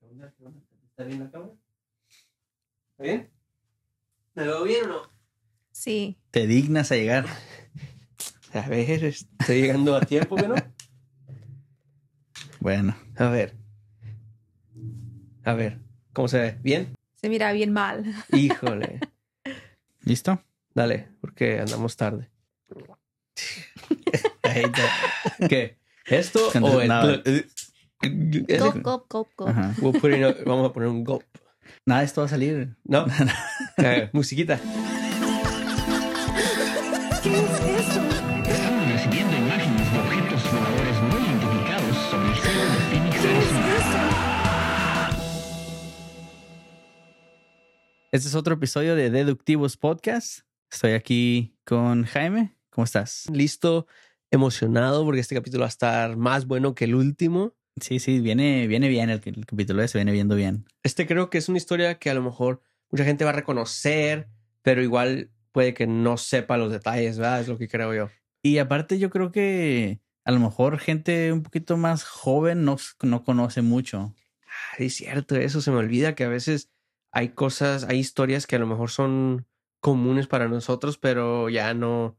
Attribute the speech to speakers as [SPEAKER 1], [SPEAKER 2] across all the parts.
[SPEAKER 1] poner. ¿Está bien la cámara? ¿Está bien? ¿Me ¿Eh? veo bien o no?
[SPEAKER 2] Sí.
[SPEAKER 3] Te dignas a llegar.
[SPEAKER 1] A ver, estoy llegando a tiempo, ¿no?
[SPEAKER 3] Bueno,
[SPEAKER 1] A ver. A ver, ¿cómo se ve? ¿Bien?
[SPEAKER 2] Se mira bien mal.
[SPEAKER 1] Híjole.
[SPEAKER 3] ¿listo?
[SPEAKER 1] Dale, porque andamos tarde.
[SPEAKER 3] Ahí está.
[SPEAKER 1] ¿Qué? ¿Esto o el...
[SPEAKER 3] Nada.
[SPEAKER 1] ¿Es-
[SPEAKER 2] Cop, cop, cop, cop.
[SPEAKER 3] Ajá.
[SPEAKER 1] we'll put in a- vamos a poner un gulp.
[SPEAKER 3] Nada, esto va a salir.
[SPEAKER 1] ¿No? Eh, musiquita.
[SPEAKER 4] Estaban recibiendo imágenes de objetos voladores no identificados sobre el cielo de Phoenix, Arizona.
[SPEAKER 3] Este es otro episodio de Deductivos Podcast. Estoy aquí con Jaime. ¿Cómo estás?
[SPEAKER 1] Listo, emocionado porque este capítulo va a estar más bueno que el último.
[SPEAKER 3] Sí, sí, viene, viene bien el, el capítulo, eh, se viene viendo bien.
[SPEAKER 1] Este creo que es una historia que a lo mejor mucha gente va a reconocer, pero igual puede que no sepa los detalles, ¿verdad? Es lo que creo yo.
[SPEAKER 3] Y aparte yo creo que a lo mejor gente un poquito más joven no, no conoce mucho.
[SPEAKER 1] Ah, es cierto, eso se me olvida que a veces hay cosas, hay historias que a lo mejor son comunes para nosotros, pero ya no.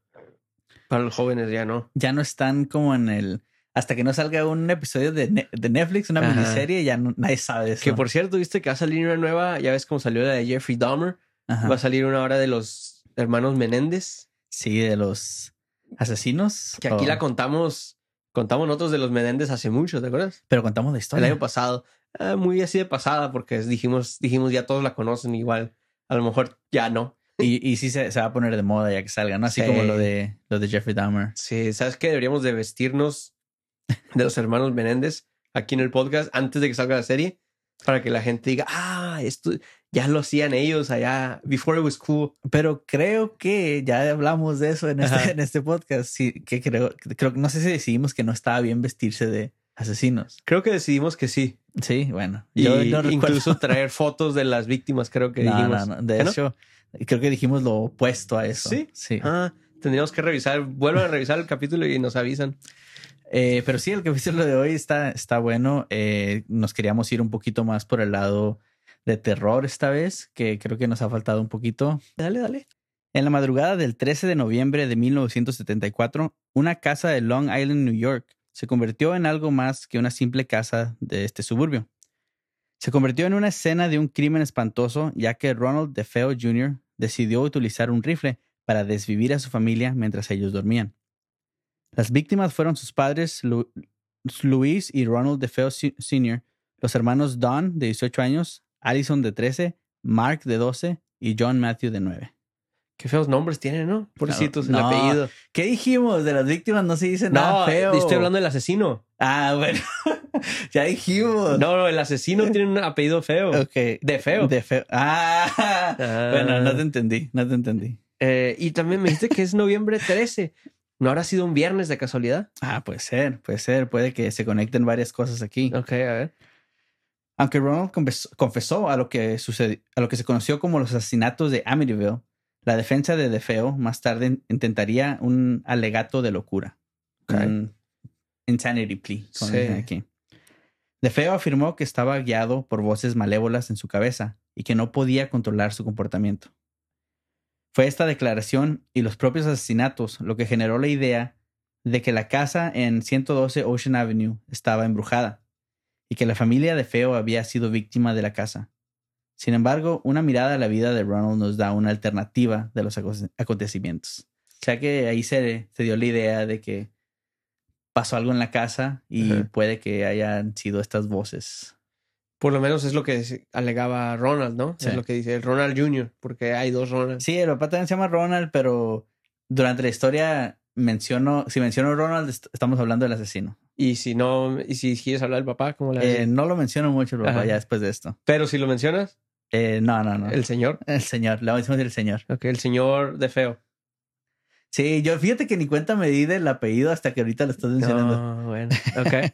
[SPEAKER 1] Para los jóvenes ya no.
[SPEAKER 3] Ya no están como en el... Hasta que no salga un episodio de, Ne- de Netflix, una
[SPEAKER 1] Ajá.
[SPEAKER 3] miniserie, ya no- nadie sabe de eso.
[SPEAKER 1] Que por cierto, viste que va a salir una nueva, ya ves cómo salió la de Jeffrey Dahmer,
[SPEAKER 3] Ajá.
[SPEAKER 1] va a salir una hora de los hermanos Menéndez,
[SPEAKER 3] Sí, de los asesinos.
[SPEAKER 1] que aquí
[SPEAKER 3] o-
[SPEAKER 1] la contamos, contamos nosotros de los Menéndez hace mucho, ¿te acuerdas?
[SPEAKER 3] Pero contamos la
[SPEAKER 1] El
[SPEAKER 3] historia.
[SPEAKER 1] año pasado, Ah, muy así de pasada, porque dijimos, dijimos ya todos la conocen igual, a lo mejor ya no.
[SPEAKER 3] Y, y sí se, se va a poner de moda ya que salga, ¿no? Así
[SPEAKER 1] Sí.
[SPEAKER 3] como lo de, lo de Jeffrey Dahmer.
[SPEAKER 1] Sí, ¿sabes qué? Deberíamos de vestirnos de los hermanos Menéndez aquí en el podcast antes de que salga la serie para que la gente diga, ah, esto ya lo hacían ellos allá, before it was cool.
[SPEAKER 3] Pero creo que ya hablamos de eso en
[SPEAKER 1] Ajá.
[SPEAKER 3] este, en este podcast. Sí, que creo, creo que no sé si decidimos que no estaba bien vestirse de asesinos.
[SPEAKER 1] Creo que decidimos que sí.
[SPEAKER 3] Sí, bueno.
[SPEAKER 1] Y
[SPEAKER 3] Yo no recuerdo.
[SPEAKER 1] incluso traer fotos de las víctimas, creo que
[SPEAKER 3] No,
[SPEAKER 1] dijimos.
[SPEAKER 3] no, no. De
[SPEAKER 1] ¿Que no?
[SPEAKER 3] hecho, creo que dijimos lo opuesto a eso.
[SPEAKER 1] ¿Sí?
[SPEAKER 3] Sí.
[SPEAKER 1] Ah, tendríamos que revisar, vuelvan a revisar el capítulo y nos avisan.
[SPEAKER 3] Eh, pero sí, el capítulo de hoy está, está bueno. Eh, nos queríamos ir un poquito más por el lado de terror esta vez, que creo que nos ha faltado un poquito.
[SPEAKER 1] Dale, dale.
[SPEAKER 3] En la madrugada del 13 de noviembre de 1974, una casa de Long Island, New York, se convirtió en algo más que una simple casa de este suburbio. Se convirtió en una escena de un crimen espantoso, ya que Ronald DeFeo Jr. decidió utilizar un rifle para desvivir a su familia mientras ellos dormían. Las víctimas fueron sus padres, Lu- Luis y Ronald DeFeo Sr., Sr., los hermanos Don, de 18 años, Allison, de 13, Mark, de 12, y John Matthew, de 9.
[SPEAKER 1] Qué feos nombres tienen, ¿no? Pobrecitos,
[SPEAKER 3] No.
[SPEAKER 1] el apellido.
[SPEAKER 3] ¿Qué dijimos? De las víctimas no se dice nada
[SPEAKER 1] No, eh,
[SPEAKER 3] feo.
[SPEAKER 1] estoy hablando del asesino.
[SPEAKER 3] Ah, bueno. ya dijimos.
[SPEAKER 1] No, no, el asesino tiene un apellido feo.
[SPEAKER 3] Ok.
[SPEAKER 1] De feo.
[SPEAKER 3] De feo. Ah.
[SPEAKER 1] Ah.
[SPEAKER 3] Bueno, no te entendí. No te entendí.
[SPEAKER 1] Eh, y también me dijiste que es noviembre 13. ¿No habrá sido un viernes de casualidad?
[SPEAKER 3] Ah, puede ser, puede ser. Puede que se conecten varias cosas aquí.
[SPEAKER 1] Ok, a ver.
[SPEAKER 3] Aunque Ronald confes- confesó a lo que sucedi- a lo que se conoció como los asesinatos de Amityville, la defensa de DeFeo más tarde in- intentaría un alegato de locura.
[SPEAKER 1] Ok.
[SPEAKER 3] Un insanity plea. como
[SPEAKER 1] Sí.
[SPEAKER 3] dicen aquí. DeFeo afirmó que estaba guiado por voces malévolas en su cabeza y que no podía controlar su comportamiento. Fue esta declaración y los propios asesinatos lo que generó la idea de que la casa en 112 Ocean Avenue estaba embrujada y que la familia de Feo había sido víctima de la casa. Sin embargo, una mirada a la vida de Ronald nos da una alternativa de los aco- acontecimientos. O sea que ahí se, se dio la idea de que pasó algo en la casa y
[SPEAKER 1] Ajá.
[SPEAKER 3] puede que hayan sido estas voces.
[SPEAKER 1] Por lo menos es lo que se- alegaba Ronald, ¿no?
[SPEAKER 3] Sí.
[SPEAKER 1] Es lo que dice Ronald Jr., porque hay dos Ronalds.
[SPEAKER 3] Sí, el papá también se llama Ronald, pero durante la historia menciono, si menciono Ronald, est- estamos hablando del asesino.
[SPEAKER 1] Y si no, y si quieres hablar del papá, como la
[SPEAKER 3] Eh, no lo menciono mucho el papá
[SPEAKER 1] Ah, Ajá.
[SPEAKER 3] ya después de esto.
[SPEAKER 1] Pero si lo mencionas,
[SPEAKER 3] Eh, no, no, no.
[SPEAKER 1] el
[SPEAKER 3] El,
[SPEAKER 1] señor.
[SPEAKER 3] señor, le vamos a decir el señor.
[SPEAKER 1] Ok, el señor de feo.
[SPEAKER 3] Sí, yo fíjate que ni cuenta me di del apellido hasta que ahorita lo estás mencionando.
[SPEAKER 1] No, Ah, bueno. Ok.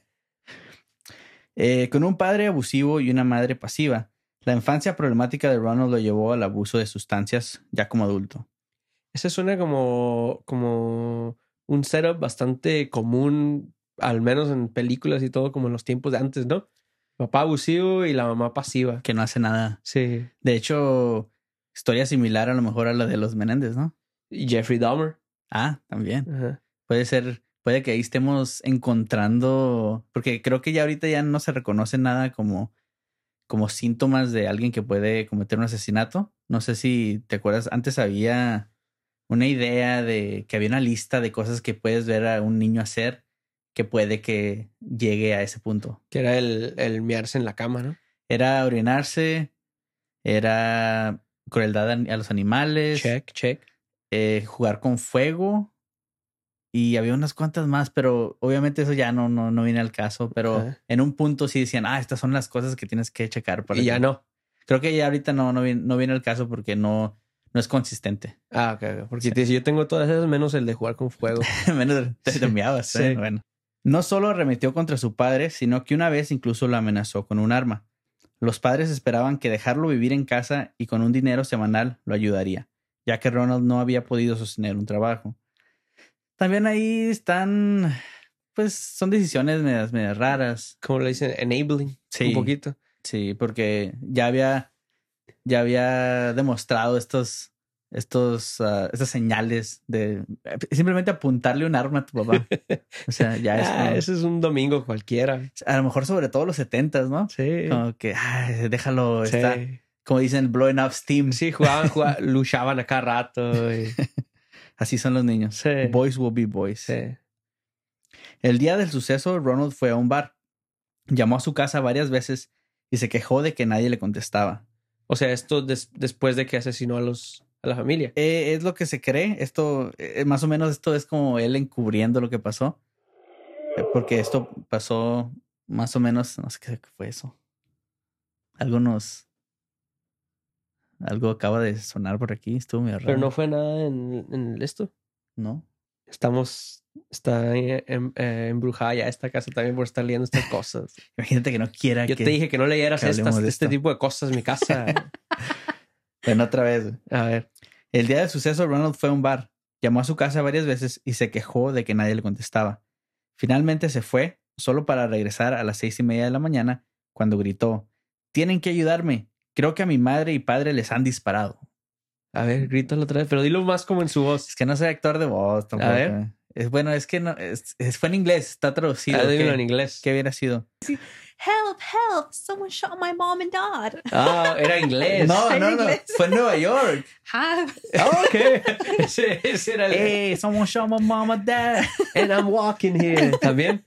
[SPEAKER 3] Eh, con un padre abusivo y una madre pasiva, la infancia problemática de Ronald lo llevó al abuso de sustancias ya como adulto.
[SPEAKER 1] Ese suena como, como un setup bastante común, al menos en películas y todo, como en los tiempos de antes, ¿no? Papá abusivo y la mamá pasiva.
[SPEAKER 3] que no hace nada.
[SPEAKER 1] Sí.
[SPEAKER 3] De hecho, historia similar a lo mejor a la de los Menéndez, ¿no?
[SPEAKER 1] Y Jeffrey Dahmer.
[SPEAKER 3] Ah, también.
[SPEAKER 1] Ajá.
[SPEAKER 3] Puede ser, puede que ahí estemos encontrando, porque creo que ya ahorita ya no se reconoce nada como, como síntomas de alguien que puede cometer un asesinato. No sé si te acuerdas, antes había una idea de que había una lista de cosas que puedes ver a un niño hacer que puede que llegue a ese punto.
[SPEAKER 1] Que era el, el mearse en la cama, ¿no?
[SPEAKER 3] Era orinarse, era crueldad a, a los animales,
[SPEAKER 1] Check, check.
[SPEAKER 3] eh, jugar con fuego y había unas cuantas más, pero obviamente eso ya no, no, no viene al caso, pero
[SPEAKER 1] Ajá.
[SPEAKER 3] en un punto sí decían, ah, estas son las cosas que tienes que checar. para
[SPEAKER 1] Y ya
[SPEAKER 3] ti".
[SPEAKER 1] no.
[SPEAKER 3] Creo que ya ahorita no, no, viene, no viene al caso porque no, no es consistente.
[SPEAKER 1] Ah, ok. ok. Porque
[SPEAKER 3] Sí.
[SPEAKER 1] te dice, yo tengo todas esas menos el de jugar con fuego.
[SPEAKER 3] Menos te
[SPEAKER 1] Sí,
[SPEAKER 3] te enviabas,
[SPEAKER 1] sí.
[SPEAKER 3] ¿eh? Bueno. No solo arremetió contra su padre, sino que una vez incluso lo amenazó con un arma. Los padres esperaban que dejarlo vivir en casa y con un dinero semanal lo ayudaría, ya que Ronald no había podido sostener un trabajo. También ahí están, pues son decisiones medias, medias raras.
[SPEAKER 1] ¿Cómo le dicen? Enabling.
[SPEAKER 3] Sí.
[SPEAKER 1] Un poquito.
[SPEAKER 3] Sí, porque ya había, ya había demostrado estos, estos, ah, estas señales de eh, simplemente apuntarle un arma a tu papá. O sea, ya es,
[SPEAKER 1] Ah,
[SPEAKER 3] como-
[SPEAKER 1] ese es un domingo cualquiera.
[SPEAKER 3] a lo mejor sobre todo los setentas, ¿no?
[SPEAKER 1] Sí.
[SPEAKER 3] Como que, ay, déjalo,
[SPEAKER 1] Sí.
[SPEAKER 3] está, como dicen, blowing up steam.
[SPEAKER 1] Sí, jugaban, jugaban- luchaban a cada rato. y-
[SPEAKER 3] Así son los niños.
[SPEAKER 1] Sí.
[SPEAKER 3] Boys will be boys.
[SPEAKER 1] Sí.
[SPEAKER 3] El día del suceso, Ronald fue a un bar. Llamó a su casa varias veces y se quejó de que nadie le contestaba.
[SPEAKER 1] O sea, esto des- después de que asesinó a los a la familia.
[SPEAKER 3] Eh, es lo que se cree. Esto, eh, más o menos, esto es como él encubriendo lo que pasó. Eh, Porque esto pasó más o menos, no sé qué fue eso. Algunos. Algo acaba de sonar por aquí, estuvo muy raro.
[SPEAKER 1] Pero no fue nada en, en esto.
[SPEAKER 3] No.
[SPEAKER 1] Estamos. Está eh, em- eh, embrujada ya esta casa también por estar leyendo estas cosas.
[SPEAKER 3] Imagínate que no quiera
[SPEAKER 1] Yo
[SPEAKER 3] que.
[SPEAKER 1] te dije que no leyeras
[SPEAKER 3] que hablemos
[SPEAKER 1] estas,
[SPEAKER 3] de
[SPEAKER 1] este
[SPEAKER 3] esto.
[SPEAKER 1] tipo de cosas en mi casa.
[SPEAKER 3] Bueno, otra vez. güey.
[SPEAKER 1] a ver.
[SPEAKER 3] El día del suceso, Ronald fue a un bar. Llamó a su casa varias veces y se quejó de que nadie le contestaba. Finalmente se fue, solo para regresar a las seis y media de la mañana, cuando gritó: Tienen que ayudarme. Creo que a mi madre y padre les han disparado.
[SPEAKER 1] A ver, grítalo otra vez, pero dilo más como en su voz.
[SPEAKER 3] Es que no soy actor de voz tampoco.
[SPEAKER 1] ver.
[SPEAKER 3] güey. Es bueno, es que no. es- es- fue en inglés, está traducido.
[SPEAKER 1] Ah, dímelo en
[SPEAKER 3] ¿Qué,
[SPEAKER 1] inglés.
[SPEAKER 3] qué hubiera sido?
[SPEAKER 2] Help, help, someone shot my mom and dad.
[SPEAKER 1] Ah, era inglés.
[SPEAKER 3] No,
[SPEAKER 2] en
[SPEAKER 3] no, no.
[SPEAKER 2] inglés.
[SPEAKER 3] Fue en Nueva York.
[SPEAKER 2] Have.
[SPEAKER 1] Ah, ok. Ese, ese era el.
[SPEAKER 3] hey, someone shot my mom Eh, and dad.
[SPEAKER 1] And I'm walking here. También.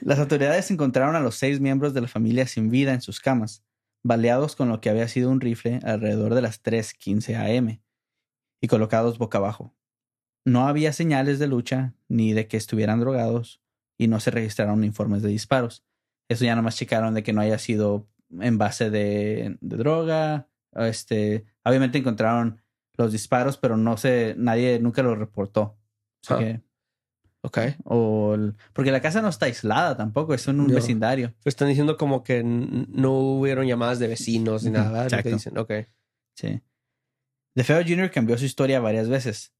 [SPEAKER 3] Las autoridades encontraron a los seis miembros de la familia sin vida en sus camas, baleados con lo que había sido un rifle alrededor de las 3:15 a.m. y colocados boca abajo. No había señales de lucha ni de que estuvieran drogados y no se registraron informes de disparos. Eso ya nomás checaron de que no haya sido en base de, de droga. Este, obviamente encontraron los disparos, pero no se, nadie nunca los reportó. Así
[SPEAKER 1] Ah.
[SPEAKER 3] que-
[SPEAKER 1] Ok.
[SPEAKER 3] o el- porque la casa no está aislada tampoco, es en un
[SPEAKER 1] No.
[SPEAKER 3] vecindario.
[SPEAKER 1] Pero Pues están diciendo como que n- no hubieron llamadas de vecinos ni
[SPEAKER 3] Ujú,
[SPEAKER 1] nada. ¿verdad? Lo que
[SPEAKER 3] exacto.
[SPEAKER 1] dicen. Ok.
[SPEAKER 3] Sí. DeFeo Jr. cambió su historia varias veces.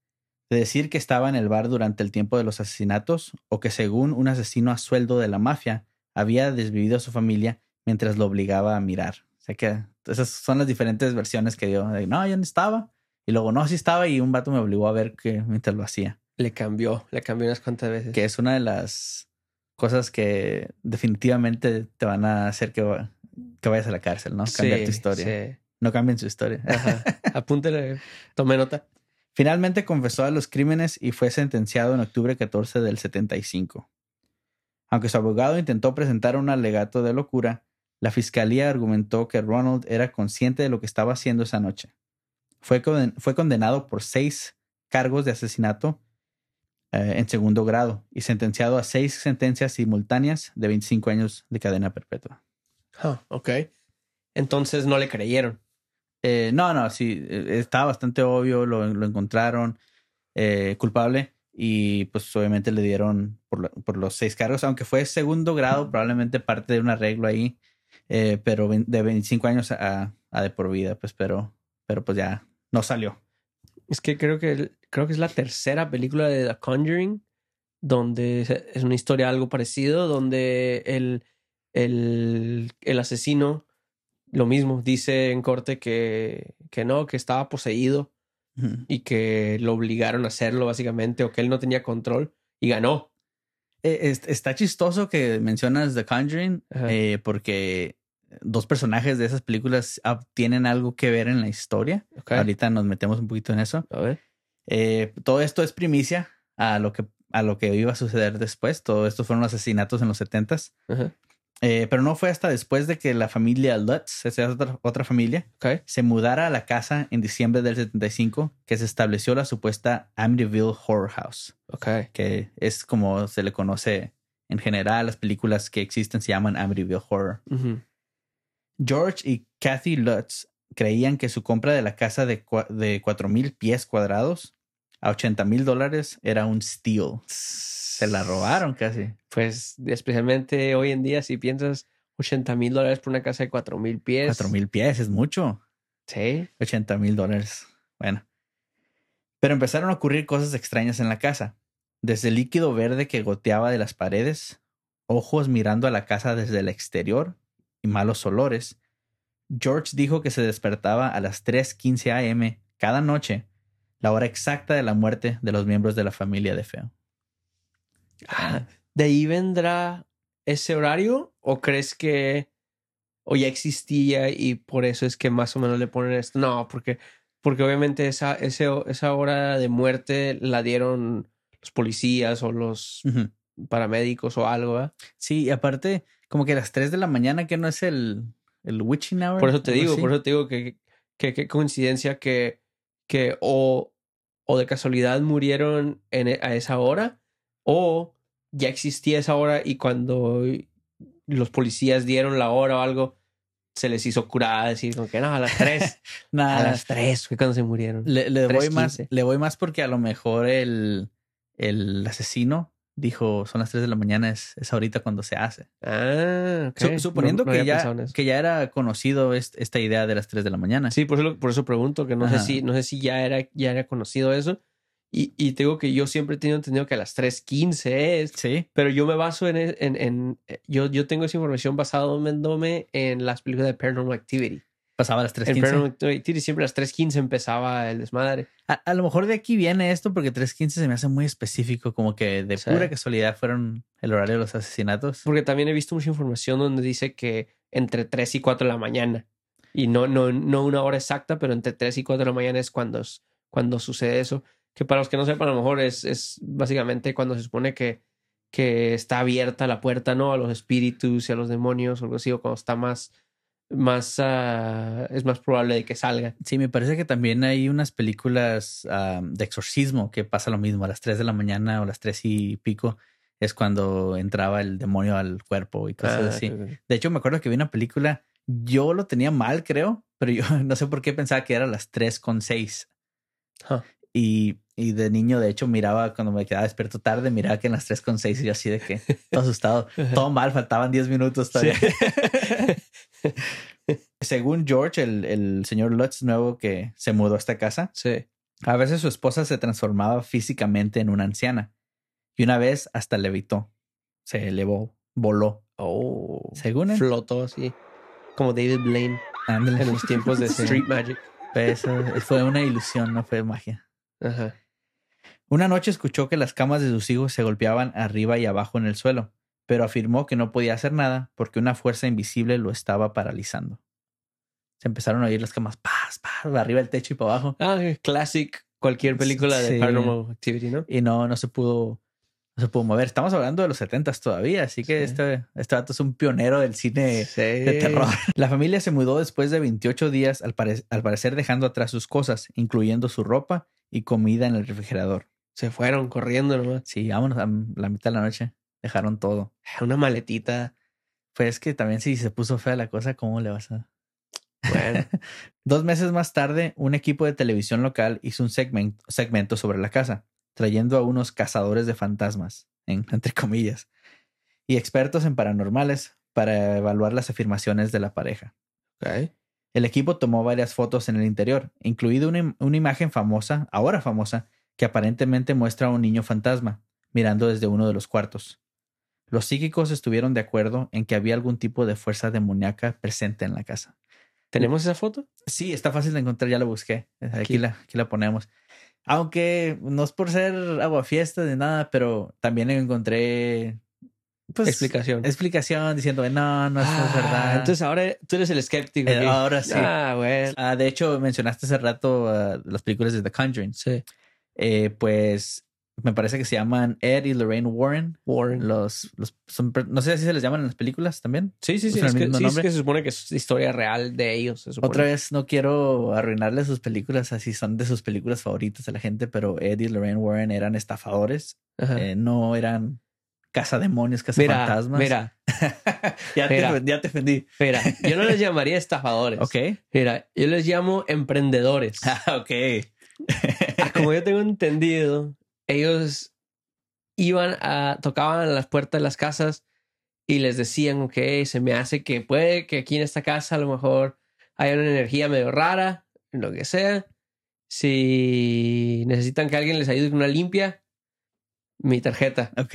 [SPEAKER 3] De decir que estaba en el bar durante el tiempo de los asesinatos o que según un asesino a sueldo de la mafia había desvivido a su familia mientras lo obligaba a mirar. O sea que esas son las diferentes versiones que dio. De, no, yo no estaba. Y luego, no, sí estaba y un vato me obligó a ver que mientras lo hacía.
[SPEAKER 1] Le cambió, le cambió unas cuantas veces.
[SPEAKER 3] Que es una de las cosas que definitivamente te van a hacer que, va- que vayas a la cárcel, ¿no? Cambiar
[SPEAKER 1] Sí,
[SPEAKER 3] tu historia.
[SPEAKER 1] sí.
[SPEAKER 3] No cambien su historia.
[SPEAKER 1] Ajá. Apúntele, tome nota.
[SPEAKER 3] Finalmente confesó a los crímenes y fue sentenciado en octubre 14 del 75. Aunque su abogado intentó presentar un alegato de locura, la fiscalía argumentó que Ronald era consciente de lo que estaba haciendo esa noche. Fue, conden- fue condenado por seis cargos de asesinato eh, en segundo grado y sentenciado a seis sentencias simultáneas de 25 años de cadena perpetua.
[SPEAKER 1] Ah, ok. Entonces no le creyeron.
[SPEAKER 3] Eh, no, no, sí, eh, estaba bastante obvio, lo, lo encontraron eh, culpable y pues obviamente le dieron por, la- por los seis cargos, aunque fue segundo grado, probablemente parte de un arreglo ahí, eh, pero vein- de 25 años a, a de por vida, pues pero, pero pues ya no salió.
[SPEAKER 1] Es que creo que creo que es la tercera película de The Conjuring donde es- es una historia algo parecido, donde el, el, el asesino, lo mismo, dice en corte que, que no, que estaba poseído
[SPEAKER 3] Ujú.
[SPEAKER 1] y que lo obligaron a hacerlo básicamente o que él no tenía control y ganó.
[SPEAKER 3] Eh, es- está chistoso que mencionas The Conjuring
[SPEAKER 1] Ajá.
[SPEAKER 3] eh, porque dos personajes de esas películas ah, tienen algo que ver en la historia.
[SPEAKER 1] Ok.
[SPEAKER 3] Ahorita nos metemos un poquito en eso.
[SPEAKER 1] A ver.
[SPEAKER 3] Eh, todo esto es primicia a lo que a lo que iba a suceder después. Todo esto fueron asesinatos en los 70s.
[SPEAKER 1] Ajá.
[SPEAKER 3] Eh, pero no fue hasta después de que la familia Lutz, esa es otra, otra familia,
[SPEAKER 1] Ok.
[SPEAKER 3] se mudara a la casa en diciembre del 75 que se estableció la supuesta Amityville Horror House
[SPEAKER 1] Ok.
[SPEAKER 3] que es como se le conoce en general. Las películas que existen se llaman Amityville Horror.
[SPEAKER 1] Ujú.
[SPEAKER 3] George y Kathy Lutz creían que su compra de la casa de, cua- de 4,000 pies cuadrados a 80 mil dólares era un steal. Se la robaron casi.
[SPEAKER 1] Pues especialmente hoy en día, si piensas 80 mil dólares por una casa de 4 mil pies.
[SPEAKER 3] 4,000 mil pies es mucho.
[SPEAKER 1] Sí.
[SPEAKER 3] 80 mil dólares. Bueno. Pero empezaron a ocurrir cosas extrañas en la casa. Desde líquido verde que goteaba de las paredes, ojos mirando a la casa desde el exterior y malos olores. George dijo que se despertaba a las 3:15 a.m. cada noche, la hora exacta de la muerte de los miembros de la familia de Feo.
[SPEAKER 1] Ah, ¿De ahí vendrá ese horario? ¿O crees que o ya existía y por eso es que más o menos le ponen esto? No, porque, porque obviamente esa, ese, esa hora de muerte la dieron los policías o los
[SPEAKER 3] Ujú.
[SPEAKER 1] paramédicos o algo. ¿verdad?
[SPEAKER 3] Sí, y aparte, como que a las 3 de la mañana, que no es el, el witching hour.
[SPEAKER 1] Por eso te
[SPEAKER 3] algo
[SPEAKER 1] digo,
[SPEAKER 3] así.
[SPEAKER 1] por eso te digo que que- que coincidencia que, que o, o de casualidad murieron en, e- a esa hora o ya existía esa hora y cuando los policías dieron la hora o algo, se les hizo curada decir como que no, a las tres,
[SPEAKER 3] Nada,
[SPEAKER 1] a las tres fue cuando se murieron.
[SPEAKER 3] Le, le voy más,
[SPEAKER 1] 3:15.
[SPEAKER 3] le voy más porque a lo mejor el, el asesino dijo son las 3 de la mañana, es, es ahorita cuando se hace.
[SPEAKER 1] Ah, ok.
[SPEAKER 3] Su-
[SPEAKER 1] No-
[SPEAKER 3] suponiendo
[SPEAKER 1] no
[SPEAKER 3] que,
[SPEAKER 1] había pensado en
[SPEAKER 3] ya,
[SPEAKER 1] eso. Ah,
[SPEAKER 3] que ya era conocido est- esta idea de las 3 de la mañana.
[SPEAKER 1] Sí, por eso, lo- por eso pregunto, que no
[SPEAKER 3] Ajá.
[SPEAKER 1] sé si, no sé si ya era, ya era conocido eso. Y, y te digo que yo siempre he tenido entendido que a las 3.15 es,
[SPEAKER 3] Sí.
[SPEAKER 1] pero yo me baso en, en, en- eh, yo, yo tengo esa información basándome en las películas de Paranormal Activity.
[SPEAKER 3] Pasaba a las
[SPEAKER 1] En
[SPEAKER 3] 3.15.
[SPEAKER 1] Paranormal Activity siempre a las 3.15 empezaba el desmadre.
[SPEAKER 3] A, a lo mejor de aquí viene esto porque 3.15 se me hace muy específico, como que de
[SPEAKER 1] Sí.
[SPEAKER 3] pura casualidad fueron el horario de los asesinatos.
[SPEAKER 1] Porque también he visto mucha información donde dice que entre 3 y 4 de la mañana. Y no, no, no una hora exacta, pero entre 3 y 4 de la mañana es cuando, es- cuando sucede eso. Que para los que no sepan, a lo mejor es, es básicamente cuando se supone que, que está abierta la puerta, ¿no? A los espíritus y a los demonios o algo así, o cuando está más, más, ah, es más probable de que salga.
[SPEAKER 3] Sí, me parece que también hay unas películas ah, de exorcismo que pasa lo mismo a las 3 de la mañana o las 3 y pico es cuando entraba el demonio al cuerpo y cosas
[SPEAKER 1] Ah,
[SPEAKER 3] así.
[SPEAKER 1] ok, ok.
[SPEAKER 3] De hecho, me acuerdo que vi una película, yo lo tenía mal, creo, pero yo no sé por qué pensaba que era a las 3 con 6.
[SPEAKER 1] Huh.
[SPEAKER 3] Y, y de niño, de hecho, miraba cuando me quedaba despierto tarde, miraba que en las 3 con 6 y yo así de que todo asustado, todo mal, faltaban 10 minutos todavía. Según George, el, el señor Lutz nuevo que se mudó a esta casa,
[SPEAKER 1] Sí.
[SPEAKER 3] a veces su esposa se transformaba físicamente en una anciana y una vez hasta levitó, se elevó, voló.
[SPEAKER 1] Oh.
[SPEAKER 3] Según él,
[SPEAKER 1] Flotó así. Como David Blaine
[SPEAKER 3] ándale.
[SPEAKER 1] en los tiempos de
[SPEAKER 3] Sí.
[SPEAKER 1] Street Magic.
[SPEAKER 3] Pues, eh, fue una ilusión, no fue magia.
[SPEAKER 1] Ajá.
[SPEAKER 3] Una noche escuchó que las camas de sus hijos se golpeaban arriba y abajo en el suelo, pero afirmó que no podía hacer nada porque una fuerza invisible lo estaba paralizando. Se empezaron a oír las camas, paz, paz, arriba del techo y para abajo.
[SPEAKER 1] Ah, classic. Cualquier película de
[SPEAKER 3] Sí.
[SPEAKER 1] Paranormal Activity, ¿no?
[SPEAKER 3] y no, no se pudo, no se pudo mover. Estamos hablando de los 70 todavía, así que
[SPEAKER 1] Sí.
[SPEAKER 3] este, este vato es un pionero del cine
[SPEAKER 1] Sí.
[SPEAKER 3] de terror. La familia se mudó después de 28 días, al, pare- al parecer dejando atrás sus cosas, incluyendo su ropa y comida en el refrigerador.
[SPEAKER 1] Se fueron corriendo nomás. Ah,
[SPEAKER 3] Sí, vámonos a la mitad de la noche. Dejaron todo.
[SPEAKER 1] Una maletita.
[SPEAKER 3] Pues es que también si se puso fea la cosa, ¿cómo le vas a...?
[SPEAKER 1] Bueno.
[SPEAKER 3] Dos meses más tarde, un equipo de televisión local hizo un segmen- segmento sobre la casa, trayendo a unos cazadores de fantasmas, en- entre comillas, y expertos en paranormales para evaluar las afirmaciones de la pareja.
[SPEAKER 1] ok.
[SPEAKER 3] El equipo tomó varias fotos en el interior, incluida una, im- una imagen famosa, ahora famosa, que aparentemente muestra a un niño fantasma, mirando desde uno de los cuartos. Los psíquicos estuvieron de acuerdo en que había algún tipo de fuerza demoníaca presente en la casa.
[SPEAKER 1] ¿Tenemos esa foto?
[SPEAKER 3] Sí, está fácil de encontrar, ya la busqué. Aquí,
[SPEAKER 1] Aquí.
[SPEAKER 3] La, aquí la ponemos. Aunque no es por ser aguafiesta ni nada, pero también encontré pues,
[SPEAKER 1] Explicación.
[SPEAKER 3] explicación diciendo, no, no, eso
[SPEAKER 1] Ah,
[SPEAKER 3] es verdad.
[SPEAKER 1] Entonces ahora tú eres el escéptico.
[SPEAKER 3] Eh,
[SPEAKER 1] aquí.
[SPEAKER 3] ahora sí.
[SPEAKER 1] Ah, bueno.
[SPEAKER 3] Ah, de hecho, mencionaste hace rato ah, las películas de The Conjuring.
[SPEAKER 1] Sí.
[SPEAKER 3] Eh, pues me parece que se llaman Ed y Lorraine Warren.
[SPEAKER 1] Warren.
[SPEAKER 3] Los, los son per- no sé si se les llaman en las películas también.
[SPEAKER 1] Sí, sí, sí.
[SPEAKER 3] Usan
[SPEAKER 1] Es
[SPEAKER 3] el
[SPEAKER 1] que,
[SPEAKER 3] mismo
[SPEAKER 1] sí, es
[SPEAKER 3] nombre.
[SPEAKER 1] que se supone que es historia real de ellos. se supone.
[SPEAKER 3] Otra vez no quiero arruinarle sus películas, así son de sus películas favoritas a la gente, pero Ed y Lorraine Warren eran estafadores,
[SPEAKER 1] Ajá.
[SPEAKER 3] eh, no eran cazademonios,
[SPEAKER 1] Ah. mira,
[SPEAKER 3] cazafantasmas.
[SPEAKER 1] mira,
[SPEAKER 3] ya,
[SPEAKER 1] mira.
[SPEAKER 3] Te, ya te ofendí.
[SPEAKER 1] mira. Yo no les llamaría estafadores.
[SPEAKER 3] Ok.
[SPEAKER 1] Mira, yo les llamo emprendedores.
[SPEAKER 3] Ah, ok.
[SPEAKER 1] Ah, como yo tengo entendido, ellos iban a, tocaban a las puertas de las casas y les decían, ok, se me hace que puede que aquí en esta casa a lo mejor haya una energía medio rara, lo que sea. Si necesitan que alguien les ayude con una limpia, mi tarjeta.
[SPEAKER 3] Ok.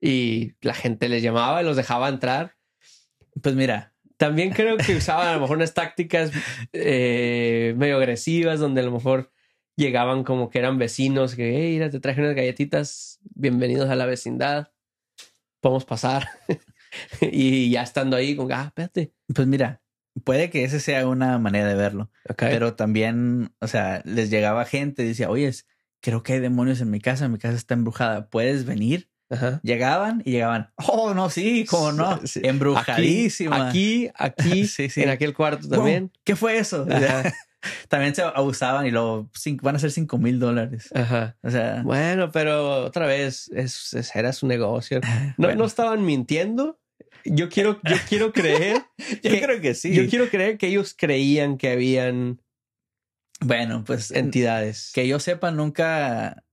[SPEAKER 1] Y la gente les llamaba y los dejaba entrar.
[SPEAKER 3] Pues mira,
[SPEAKER 1] También creo que usaban a lo mejor unas tácticas eh, medio agresivas, donde a lo mejor llegaban como que eran vecinos, que, hey, mira, te traje unas galletitas, bienvenidos a la vecindad, podemos pasar. y ya estando ahí, con, ah, espérate.
[SPEAKER 3] pues mira, puede que esa sea una manera de verlo,
[SPEAKER 1] Pero,
[SPEAKER 3] pero también, o sea, les llegaba gente y decía, oye, creo que hay demonios en mi casa, mi casa está embrujada, ¿puedes venir?
[SPEAKER 1] Ajá.
[SPEAKER 3] Llegaban y llegaban, oh, no, sí, cómo no,
[SPEAKER 1] Sí. Aquí,
[SPEAKER 3] embrujadísima.
[SPEAKER 1] aquí, aquí,
[SPEAKER 3] Sí, sí.
[SPEAKER 1] en aquel cuarto también.
[SPEAKER 3] Wow, ¿Qué fue eso?
[SPEAKER 1] Ajá,
[SPEAKER 3] También se abusaban y luego cinco- van a ser cinco mil dólares.
[SPEAKER 1] ajá.
[SPEAKER 3] O sea,
[SPEAKER 1] Bueno, pero otra vez, es- es- era su negocio. No,
[SPEAKER 3] Bueno.
[SPEAKER 1] no estaban mintiendo. Yo quiero, yo quiero creer
[SPEAKER 3] yo
[SPEAKER 1] que-
[SPEAKER 3] creo que sí.
[SPEAKER 1] Yo quiero creer que ellos creían que habían
[SPEAKER 3] Bueno, pues
[SPEAKER 1] entidades.
[SPEAKER 3] que yo sepa, nunca,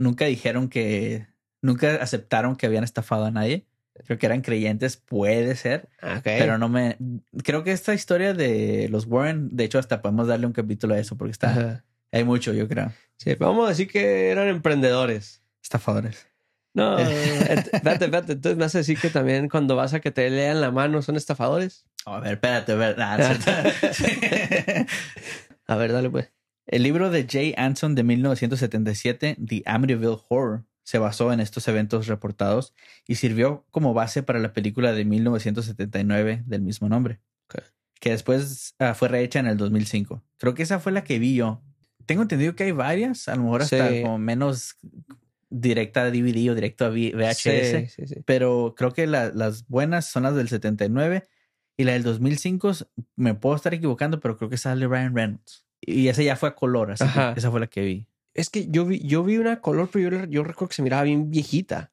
[SPEAKER 3] nunca dijeron que, nunca aceptaron que habían estafado a nadie. Creo que eran creyentes, puede ser,
[SPEAKER 1] ah, Ok.
[SPEAKER 3] pero no me. Creo que esta historia de los Warren, de hecho, hasta podemos darle un capítulo a eso porque está,
[SPEAKER 1] Ajá.
[SPEAKER 3] hay mucho, yo creo.
[SPEAKER 1] Sí, vamos a decir que eran emprendedores.
[SPEAKER 3] Estafadores.
[SPEAKER 1] No, et- espérate, espérate. Entonces me vas a decir que también cuando vas a que te lean la mano son estafadores.
[SPEAKER 3] a ver, espérate, a ver. nah, no es cierto.
[SPEAKER 1] A ver, dale pues.
[SPEAKER 3] El libro de Jay Anson de 1977, The Amityville Horror, se basó en estos eventos reportados y sirvió como base para la película de 1979 del mismo nombre,
[SPEAKER 1] Ok.
[SPEAKER 3] que después ah, fue rehecha en el 2005. Creo que esa fue la que vi yo. Tengo entendido que hay varias, a lo mejor hasta
[SPEAKER 1] Sí.
[SPEAKER 3] como menos directa a DVD o directa a V-
[SPEAKER 1] Sí,
[SPEAKER 3] VHS,
[SPEAKER 1] sí, sí.
[SPEAKER 3] pero creo que la- las buenas son las del 79 y la del 2005 s- me puedo estar equivocando, pero creo que sale Ryan Reynolds. Y esa ya fue a color, así que
[SPEAKER 1] Ajá.
[SPEAKER 3] esa fue la que vi.
[SPEAKER 1] Es que yo vi, yo vi una color, pero yo, la- yo recuerdo que se miraba bien viejita.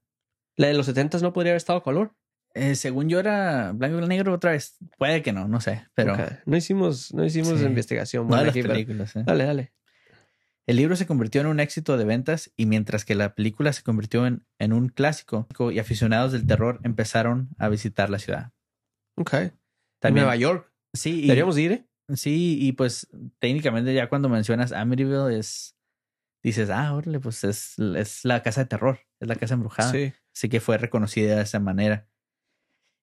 [SPEAKER 1] La de los 70 no podría haber estado color.
[SPEAKER 3] Eh, según yo era blanco y negro otra vez. Puede que no, no sé, pero
[SPEAKER 1] Ok. no hicimos, no hicimos
[SPEAKER 3] Sí.
[SPEAKER 1] investigación.
[SPEAKER 3] no de
[SPEAKER 1] buena
[SPEAKER 3] las
[SPEAKER 1] aquí, pero-
[SPEAKER 3] películas. eh.
[SPEAKER 1] Dale, dale.
[SPEAKER 3] El libro se convirtió en un éxito de ventas y mientras que la película se convirtió en, en un clásico y aficionados del terror empezaron a visitar la ciudad.
[SPEAKER 1] Ok.
[SPEAKER 3] También,
[SPEAKER 1] Nueva York.
[SPEAKER 3] sí, y-
[SPEAKER 1] Deberíamos ir, ¿eh?
[SPEAKER 3] Sí, y pues técnicamente ya cuando mencionas Amityville es, dices, ah, órale, pues es, es la casa de terror, es la casa embrujada.
[SPEAKER 1] Sí.
[SPEAKER 3] Así que fue reconocida de esa manera.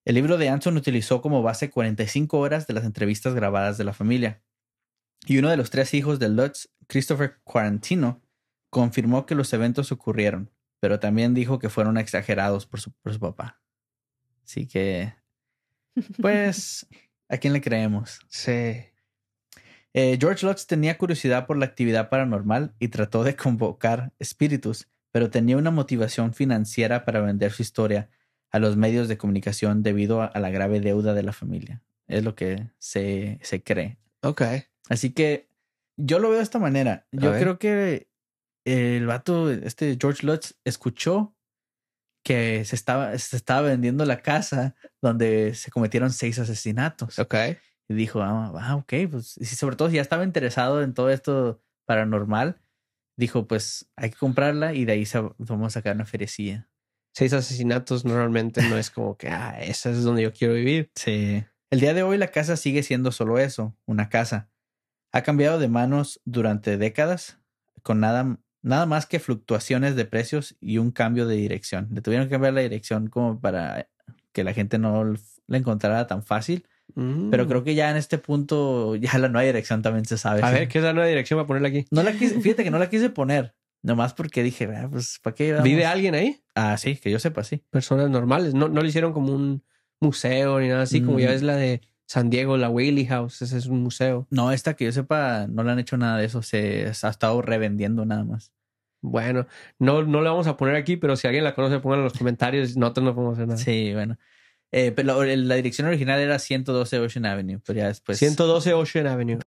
[SPEAKER 3] El libro de Anson utilizó como base 45 horas de las entrevistas grabadas de la familia. Y uno de los tres hijos de Lutz, Christopher Quarantino, confirmó que los eventos ocurrieron, pero también dijo que fueron exagerados por su, por su papá. Así que, pues, ¿a quién le creemos?
[SPEAKER 1] Sí.
[SPEAKER 3] Eh, George Lutz tenía curiosidad por la actividad paranormal y trató de convocar espíritus, pero tenía una motivación financiera para vender su historia a los medios de comunicación debido a, a la grave deuda de la familia. Es lo que se, se cree.
[SPEAKER 1] Ok.
[SPEAKER 3] Así que yo lo veo de esta
[SPEAKER 1] A
[SPEAKER 3] manera. Yo
[SPEAKER 1] ver.
[SPEAKER 3] creo que el vato, este George Lutz, escuchó que se estaba, se estaba vendiendo la casa donde se cometieron seis asesinatos.
[SPEAKER 1] Ok.
[SPEAKER 3] Y dijo, ah, ah, ok, pues, y si- sobre todo si ya estaba interesado en todo esto paranormal, dijo, pues hay que comprarla y de ahí sa- vamos a sacar una ferecilla.
[SPEAKER 1] seis asesinatos normalmente no es como que, ah, esa es donde yo quiero vivir.
[SPEAKER 3] Sí. El día de hoy la casa sigue siendo solo eso, una casa. Ha cambiado de manos durante décadas, con nada Nada más que fluctuaciones de precios y un cambio de dirección. Le tuvieron que cambiar la dirección como para que la gente no l- la encontrara tan fácil.
[SPEAKER 1] Mm.
[SPEAKER 3] Pero creo que ya en este punto, ya la nueva dirección también se sabe.
[SPEAKER 1] A ver, ¿qué es la nueva dirección para ponerla aquí?
[SPEAKER 3] No la quise, fíjate que no la quise poner. Nomás porque dije, "Ah, pues, ¿para qué? vamos?"
[SPEAKER 1] ¿Vive alguien ahí?
[SPEAKER 3] Ah, sí, que yo sepa, sí.
[SPEAKER 1] Personas normales. No, no le hicieron como un museo ni nada así, como
[SPEAKER 3] Mm.
[SPEAKER 1] ya es la de San Diego, la Whaley House. Ese es un museo.
[SPEAKER 3] No, esta que yo sepa, no le han hecho nada de eso. Se se ha estado revendiendo nada más.
[SPEAKER 1] Bueno, no, no la vamos a poner aquí, pero si alguien la conoce, pongan en los comentarios. Nosotros no podemos hacer nada.
[SPEAKER 3] Sí, bueno. Eh, pero la- la dirección original era 112 Ocean Avenue, pero ya
[SPEAKER 1] pues.
[SPEAKER 3] después.
[SPEAKER 1] 112 Ocean Avenue.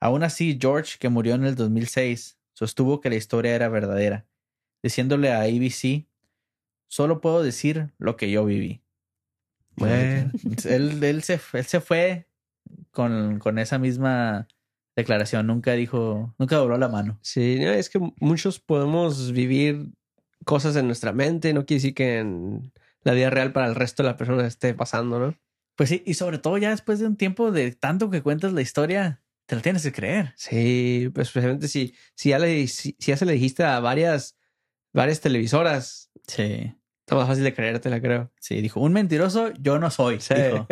[SPEAKER 3] Aún así, George, que murió en el 2006, sostuvo que la historia era verdadera, diciéndole a ABC, solo puedo decir lo que yo viví.
[SPEAKER 1] Bueno.
[SPEAKER 3] él, él se, él se fue con, con esa misma declaración, nunca dijo, nunca dobló la mano.
[SPEAKER 1] Sí, no, es que muchos podemos vivir cosas en nuestra mente. No quiere decir que en la vida real para el resto de la persona esté pasando, ¿no?
[SPEAKER 3] Pues sí, y sobre todo ya después de un tiempo de tanto que cuentas la historia, te la tienes que creer.
[SPEAKER 1] Sí, pues especialmente si, si, ya le, si, si ya se le dijiste a varias, varias televisoras,
[SPEAKER 3] Sí.
[SPEAKER 1] está más fácil de creértela, creo.
[SPEAKER 3] Sí, dijo, un mentiroso yo no soy. dijo.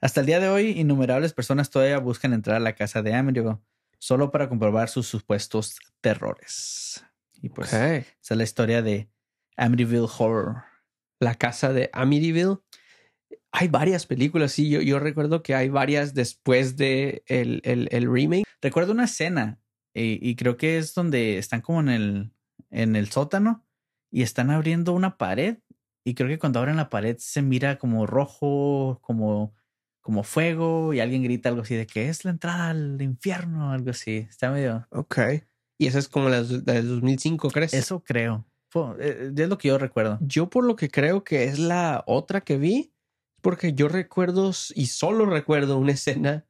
[SPEAKER 3] Hasta el día de hoy, innumerables personas todavía buscan entrar a la casa de Amigo solo para comprobar sus supuestos terrores. Y
[SPEAKER 1] Ok.
[SPEAKER 3] pues, esa es la historia de Amityville Horror.
[SPEAKER 1] La casa de Amityville. Hay varias películas, sí. Yo, yo recuerdo que hay varias después de el, el, el remake.
[SPEAKER 3] Recuerdo una escena eh, y creo que es donde están como en el, en el sótano y están abriendo una pared y creo que cuando abren la pared se mira como rojo, como, como fuego y alguien grita algo así de que es la entrada al infierno, algo así. Está medio...
[SPEAKER 1] Ok. Y esa es como la, la del 2005, ¿crees?
[SPEAKER 3] Eso creo. Fue- eh, es lo que yo recuerdo.
[SPEAKER 1] Yo por lo que creo que es la otra que vi, porque yo recuerdo s- y solo recuerdo una escena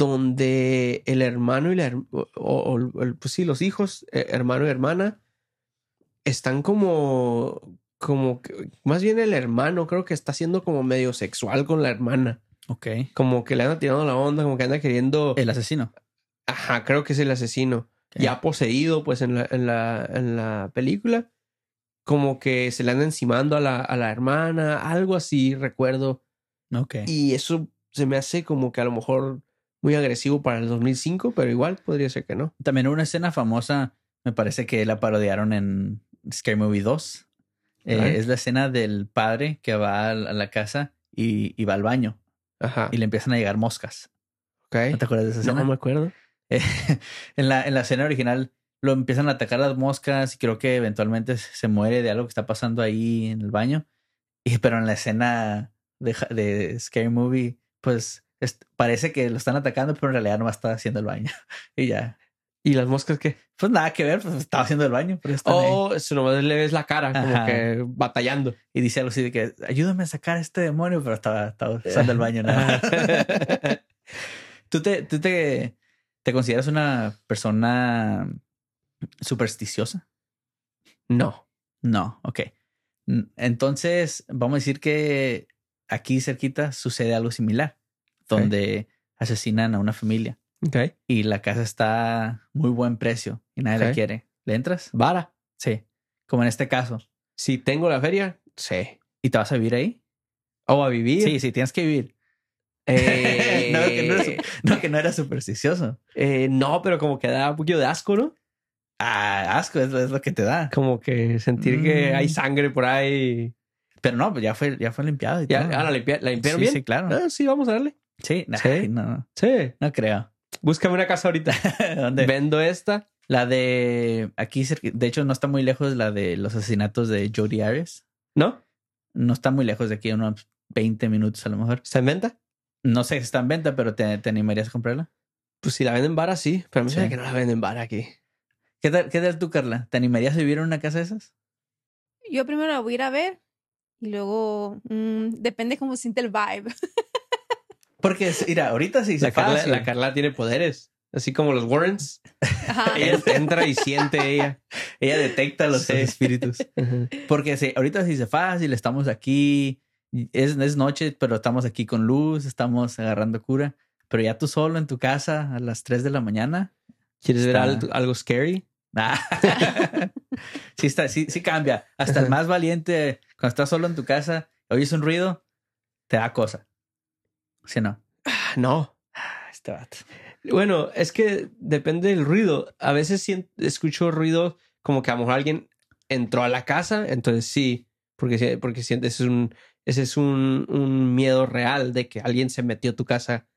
[SPEAKER 1] donde el hermano y la her- o, o- o el- pues sí, los hijos, eh, hermano y hermana, están como como que- más bien el hermano creo que está siendo como medio sexual con la hermana,
[SPEAKER 3] Ok.
[SPEAKER 1] como que le anda tirando la onda, como que anda queriendo,
[SPEAKER 3] El asesino.
[SPEAKER 1] ajá, creo que es el asesino
[SPEAKER 3] Ok.
[SPEAKER 1] ya poseído pues en la, en la, en la película, como que se le anda encimando a la, a la hermana, algo así, recuerdo.
[SPEAKER 3] Ok.
[SPEAKER 1] Y eso se me hace como que a lo mejor muy agresivo para el 2005, pero igual podría ser que no.
[SPEAKER 3] También una escena famosa, me parece que la parodiaron en Scary Movie 2. Eh,
[SPEAKER 1] Right.
[SPEAKER 3] es la escena del padre que va a la a la casa y, y va al baño
[SPEAKER 1] Ajá.
[SPEAKER 3] y le empiezan a llegar moscas. ¿No
[SPEAKER 1] Ah. ok.
[SPEAKER 3] te acuerdas de esa
[SPEAKER 1] No,
[SPEAKER 3] escena?
[SPEAKER 1] me acuerdo.
[SPEAKER 3] en, la, en la escena original lo empiezan a atacar las moscas y creo que eventualmente se muere de algo que está pasando ahí en el baño. Y, pero en la escena de, Ja- de Scary Movie, pues es- parece que lo están atacando, pero en realidad no está haciendo el baño. y ya.
[SPEAKER 1] ¿Y las moscas qué?
[SPEAKER 3] Pues nada que ver, pues estaba haciendo el baño, pero están ahí.
[SPEAKER 1] Oh, eso nomás le ves la cara, como
[SPEAKER 3] Ajá.
[SPEAKER 1] que batallando.
[SPEAKER 3] Y dice algo así de que ayúdame a sacar a este demonio, pero estaba, estaba
[SPEAKER 1] Eh.
[SPEAKER 3] usando el baño nada. más. ¿Tú, te, tú te, te consideras una persona supersticiosa?
[SPEAKER 1] No.
[SPEAKER 3] No, ok. N- Entonces, vamos a decir que aquí cerquita sucede algo similar, donde asesinan a una familia
[SPEAKER 1] Ok.
[SPEAKER 3] y la casa está a muy buen precio y nadie la
[SPEAKER 1] Ok.
[SPEAKER 3] quiere. ¿Le entras?
[SPEAKER 1] Vara.
[SPEAKER 3] Sí, como en este caso.
[SPEAKER 1] Si tengo la feria, sí.
[SPEAKER 3] ¿Y te vas a vivir ahí?
[SPEAKER 1] O a vivir.
[SPEAKER 3] Sí, sí, tienes que vivir.
[SPEAKER 1] Eh,
[SPEAKER 3] No, que no eres- No, que no era supersticioso.
[SPEAKER 1] eh, no, pero como que da un poquito de asco, ¿no?
[SPEAKER 3] Ah, asco, es, lo- es lo que te da.
[SPEAKER 1] como que sentir que
[SPEAKER 3] Mm.
[SPEAKER 1] hay sangre por ahí.
[SPEAKER 3] Pero no, pues ya fue, ya fue limpiado y
[SPEAKER 1] Ya,
[SPEAKER 3] todo.
[SPEAKER 1] ah, la, limpia- la limpiaron
[SPEAKER 3] sí,
[SPEAKER 1] bien.
[SPEAKER 3] sí, claro.
[SPEAKER 1] Ah, sí, vamos a darle.
[SPEAKER 3] Sí, nah,
[SPEAKER 1] Sí.
[SPEAKER 3] no,
[SPEAKER 1] Sí.
[SPEAKER 3] no creo.
[SPEAKER 1] Búscame una casa ahorita.
[SPEAKER 3] ¿Dónde?
[SPEAKER 1] Vendo esta.
[SPEAKER 3] La de aquí, cerqui- de hecho, no está muy lejos la de los asesinatos de Jody Arias.
[SPEAKER 1] ¿No?
[SPEAKER 3] No está muy lejos de aquí, unos 20 minutos a lo mejor.
[SPEAKER 1] ¿Está en venta?
[SPEAKER 3] No sé si está en venta, pero te, te animarías a comprarla.
[SPEAKER 1] Pues si la venden vara, sí. Pero me
[SPEAKER 3] Sí.
[SPEAKER 1] suena que no la venden vara aquí.
[SPEAKER 3] ¿Qué tal, qué tal tú, Carla? ¿Te animarías a vivir en una casa de esas?
[SPEAKER 2] Yo primero la voy a ir a ver y luego mm, depende cómo siente el vibe.
[SPEAKER 3] Porque, mira, ahorita sí se
[SPEAKER 1] La Carla,
[SPEAKER 3] fácil.
[SPEAKER 1] la Carla tiene poderes. Así como los Warrens.
[SPEAKER 2] Ajá.
[SPEAKER 1] Ella entra y siente ella.
[SPEAKER 3] Ella detecta los
[SPEAKER 1] Sí.
[SPEAKER 3] espíritus.
[SPEAKER 1] Ajá.
[SPEAKER 3] Porque sí, ahorita sí se fácil, estamos aquí, es, es noche, pero estamos aquí con luz, estamos agarrando cura. Pero ya tú solo en tu casa a las 3 de la mañana,
[SPEAKER 1] ¿Quieres ver
[SPEAKER 3] Está-
[SPEAKER 1] algo, algo scary?
[SPEAKER 3] Nah. ah, sí, está, sí, sí cambia. Hasta el más valiente, cuando estás solo en tu casa, oyes un ruido, te da cosa. ¿Sí o no?
[SPEAKER 1] Ah, No.
[SPEAKER 3] Ah, Este vato.
[SPEAKER 1] Bueno, es que depende del ruido. A veces sien- escucho ruido como que a lo mejor alguien entró a la casa, entonces sí, porque, si- porque sientes un, ese es un, un miedo real de que alguien se metió a tu casa,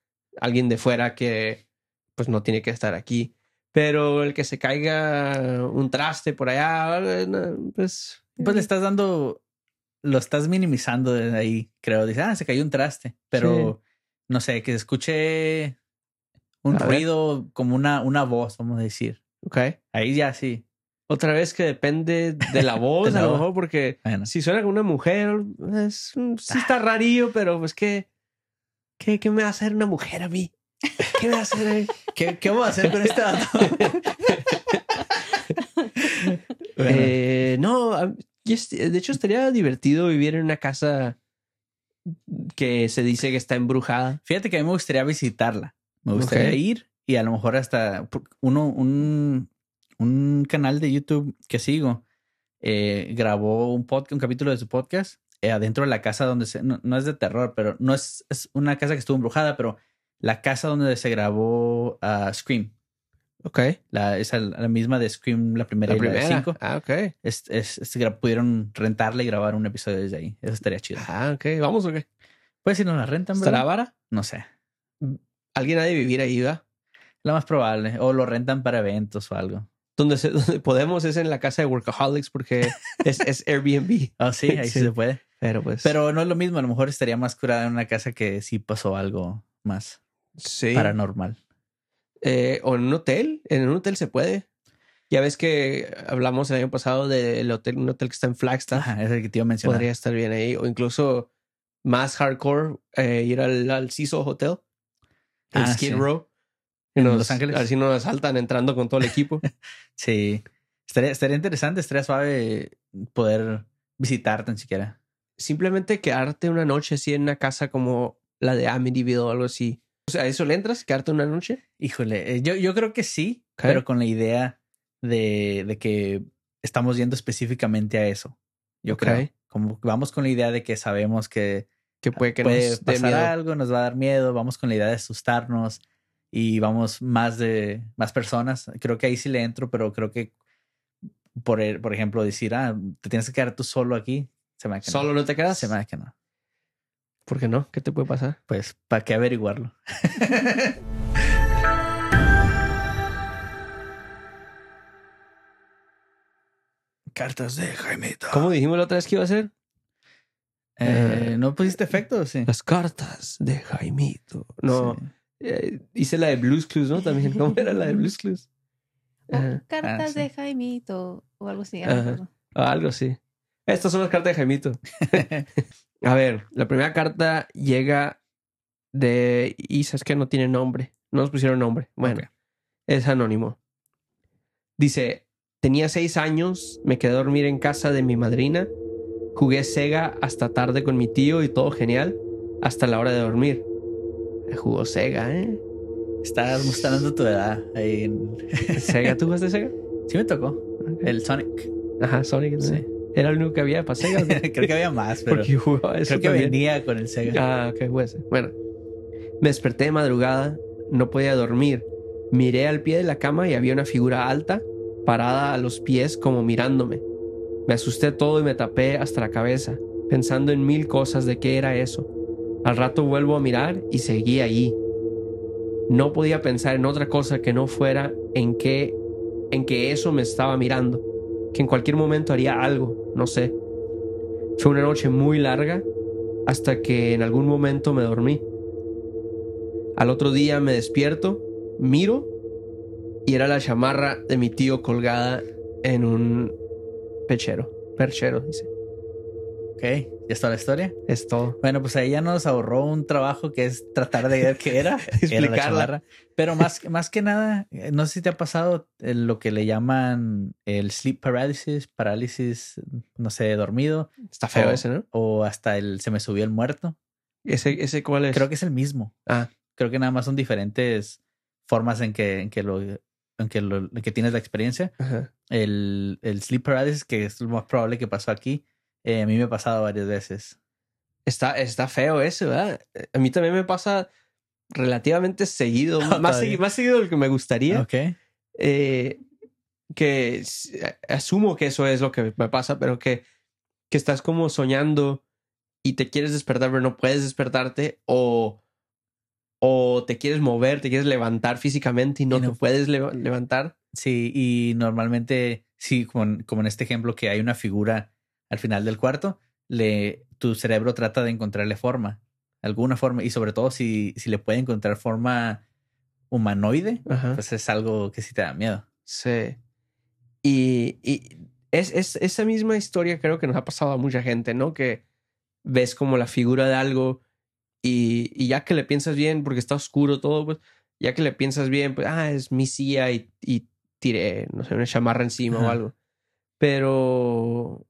[SPEAKER 1] alguien de fuera que pues no tiene que estar aquí. Pero el que se caiga un traste por allá, eh, no, pues
[SPEAKER 3] Pues le estás dando, lo estás minimizando desde ahí, creo. Dice, ah, se cayó un traste, pero no sé, que se escuche un
[SPEAKER 1] A ver.
[SPEAKER 3] ruido como una, una voz, vamos a decir.
[SPEAKER 1] ok.
[SPEAKER 3] Ahí ya sí.
[SPEAKER 1] Otra vez que depende de la voz,
[SPEAKER 3] De la
[SPEAKER 1] a lo
[SPEAKER 3] voz.
[SPEAKER 1] mejor, porque
[SPEAKER 3] Bueno,
[SPEAKER 1] Si suena como una mujer, es un- sí está rarillo, pero pues ¿qué, qué, qué me va a hacer una mujer a mí? ¿Qué me va a hacer? eh?
[SPEAKER 3] ¿Qué, qué voy a hacer con este vato? Bueno,
[SPEAKER 1] Eh, no, a- y es- de hecho estaría divertido vivir en una casa que se dice que está embrujada.
[SPEAKER 3] Fíjate que a mí me gustaría visitarla. Me gustaría
[SPEAKER 1] Ok.
[SPEAKER 3] ir y a lo mejor hasta por- uno, un, un canal de YouTube que sigo eh, grabó un, pod- un capítulo de su podcast eh, adentro de la casa donde se, no, no es de terror, pero no es, es una casa que estuvo embrujada, pero la casa donde se grabó ah, Scream,
[SPEAKER 1] Ok.
[SPEAKER 3] la, esa, la misma de Scream, la primera,
[SPEAKER 1] La
[SPEAKER 3] y la de
[SPEAKER 1] primera.
[SPEAKER 3] cinco,
[SPEAKER 1] Ah, ok.
[SPEAKER 3] es- es- es- gra- pudieron rentarla y grabar un episodio desde ahí. Eso estaría chido.
[SPEAKER 1] Ah, ok. Vamos, ok.
[SPEAKER 3] Pues si nos la rentan,
[SPEAKER 1] ¿Estará
[SPEAKER 3] ¿verdad?
[SPEAKER 1] vara?
[SPEAKER 3] No sé.
[SPEAKER 1] Alguien ha de vivir ahí, ¿verdad?
[SPEAKER 3] Lo más probable. O lo rentan para eventos o algo.
[SPEAKER 1] Donde, se- donde podemos es en la casa de Workaholics porque es, es Airbnb.
[SPEAKER 3] Ah, sí, ahí
[SPEAKER 1] Sí.
[SPEAKER 3] sí. se puede.
[SPEAKER 1] Pero pues.
[SPEAKER 3] Pero no es lo mismo. A lo mejor estaría más curada en una casa que sí pasó algo más
[SPEAKER 1] sí.
[SPEAKER 3] paranormal.
[SPEAKER 1] Eh, o en un hotel. En un hotel se puede. Ya ves que hablamos el año pasado del hotel, un hotel que está en Flagstaff.
[SPEAKER 3] Ajá, es el que te iba a mencionar.
[SPEAKER 1] Podría estar bien ahí. O incluso más hardcore, eh, ir al, al Cecil Hotel, el
[SPEAKER 3] Ah,
[SPEAKER 1] Skid
[SPEAKER 3] sí.
[SPEAKER 1] Row. Y
[SPEAKER 3] En
[SPEAKER 1] nos-
[SPEAKER 3] Los Ángeles.
[SPEAKER 1] A ver si no nos asaltan entrando con todo el equipo.
[SPEAKER 3] Sí. Estaría, estaría interesante, estaría suave poder visitar tan siquiera.
[SPEAKER 1] Simplemente quedarte una noche así en una casa como la de Amityville o algo así. O sea, ¿a eso le entras? ¿Quedarte una noche?
[SPEAKER 3] Híjole, eh, yo, yo creo que sí,
[SPEAKER 1] Ok.
[SPEAKER 3] pero con la idea de, de que estamos yendo específicamente a eso. Yo
[SPEAKER 1] Ok.
[SPEAKER 3] creo. Como que vamos con la idea de que sabemos que
[SPEAKER 1] Que puede que
[SPEAKER 3] puede
[SPEAKER 1] nos dé
[SPEAKER 3] Ah, pasar
[SPEAKER 1] Pues, miedo.
[SPEAKER 3] algo, nos va a dar miedo, vamos con la idea de asustarnos y vamos más de más personas. Creo que ahí sí le entro, pero creo que por, el- por ejemplo decir, ah, te tienes que quedar tú solo aquí, se me hace que no.
[SPEAKER 1] ¿Solo no te quedas?
[SPEAKER 3] se me hace que no.
[SPEAKER 1] ¿Por qué no? ¿Qué te puede pasar?
[SPEAKER 3] Pues, ¿para qué averiguarlo? Cartas de Jaimito.
[SPEAKER 1] ¿Cómo dijimos la otra vez que iba a ser?
[SPEAKER 3] Eh, ¿No pusiste efectos? Sí.
[SPEAKER 1] Las cartas de Jaimito. No,
[SPEAKER 3] Sí.
[SPEAKER 1] eh, hice la de Blues Clues, ¿no? También, ¿cómo era la de Blues Clues?
[SPEAKER 2] O
[SPEAKER 1] Ajá.
[SPEAKER 2] cartas
[SPEAKER 3] sí.
[SPEAKER 2] de Jaimito o algo así. ya no me
[SPEAKER 1] Ah, Ajá.
[SPEAKER 2] acuerdo.
[SPEAKER 1] Ah, algo así. Estas son las cartas de Jaimito. A ver, la primera carta llega de Isa, es que no tiene nombre. No nos pusieron nombre. Bueno, es anónimo. Dice, tenía seis años, me quedé a dormir en casa de mi madrina, jugué Sega hasta tarde con mi tío y todo genial, hasta la hora de dormir. Jugó Sega, ¿eh?
[SPEAKER 3] Estás mostrando tu edad. ahí en-
[SPEAKER 1] Sega, ¿tú jugaste Sega?
[SPEAKER 3] Sí me tocó. El Sonic.
[SPEAKER 1] Ajá, Sonic.
[SPEAKER 3] Sí.
[SPEAKER 1] Era el único que había para Sega. ¿no?
[SPEAKER 3] creo que había más, pero
[SPEAKER 1] Porque yo jugaba eso
[SPEAKER 3] creo que
[SPEAKER 1] también.
[SPEAKER 3] venía con el Sega.
[SPEAKER 1] Ah, ok, puede ser. Bueno, me desperté de madrugada, no podía dormir. Miré al pie de la cama y había una figura alta parada a los pies como mirándome. Me asusté todo y me tapé hasta la cabeza, pensando en mil cosas de qué era eso. Al rato vuelvo a mirar y seguí allí. No podía pensar en otra cosa que no fuera en qué en que eso me estaba mirando, que en cualquier momento haría algo, no sé. Fue una noche muy larga hasta que en algún momento me dormí. Al otro día me despierto, miro y era la chamarra de mi tío colgada en un pechero. Perchero, dice.
[SPEAKER 3] Ok, ya está la historia.
[SPEAKER 1] Es todo.
[SPEAKER 3] Bueno, pues ahí ya nos ahorró un trabajo que es tratar de ver qué era. Era la
[SPEAKER 1] Explicarla.
[SPEAKER 3] chamarra. Pero más, más que nada, eh, no sé si te ha pasado eh, lo que le llaman el sleep paralysis, parálisis, no sé, dormido,
[SPEAKER 1] Está feo
[SPEAKER 3] Oh.
[SPEAKER 1] ese, ¿no?
[SPEAKER 3] o hasta el se me subió el muerto.
[SPEAKER 1] ¿Ese, ese cuál es?
[SPEAKER 3] Creo que es el mismo.
[SPEAKER 1] Ah,
[SPEAKER 3] Creo que nada más son diferentes formas en que, en que lo aunque lo- que tienes la experiencia,
[SPEAKER 1] Ajá.
[SPEAKER 3] el, el sleep paralysis, que es lo más probable que pasó aquí, eh, a mí me ha pasado varias veces.
[SPEAKER 1] Está, está feo eso, ¿verdad? A mí también me pasa relativamente seguido,
[SPEAKER 3] Ah,
[SPEAKER 1] más,
[SPEAKER 3] está
[SPEAKER 1] segui-
[SPEAKER 3] bien.
[SPEAKER 1] más seguido de lo que me gustaría,
[SPEAKER 3] Ok.
[SPEAKER 1] eh, que s- asumo que eso es lo que me pasa, pero que, que estás como soñando y te quieres despertar, pero no puedes despertarte, o, o te quieres mover, te quieres levantar físicamente y no,
[SPEAKER 3] Y no.
[SPEAKER 1] te puedes leva- levantar.
[SPEAKER 3] Sí, y normalmente, sí, como, como en este ejemplo que hay una figura al final del cuarto, le, tu cerebro trata de encontrarle forma, alguna forma, y sobre todo si, si le puede encontrar forma humanoide,
[SPEAKER 1] Ajá.
[SPEAKER 3] pues es algo que sí te da miedo.
[SPEAKER 1] Sí. Y, y es, es- esa misma historia creo que nos ha pasado a mucha gente, ¿no? Que ves como la figura de algo y, y ya que le piensas bien, porque está oscuro todo, pues ya que le piensas bien, pues, ah, es mi silla y, y tiré, no sé, una chamarra encima o
[SPEAKER 3] Ajá.
[SPEAKER 1] algo. Pero,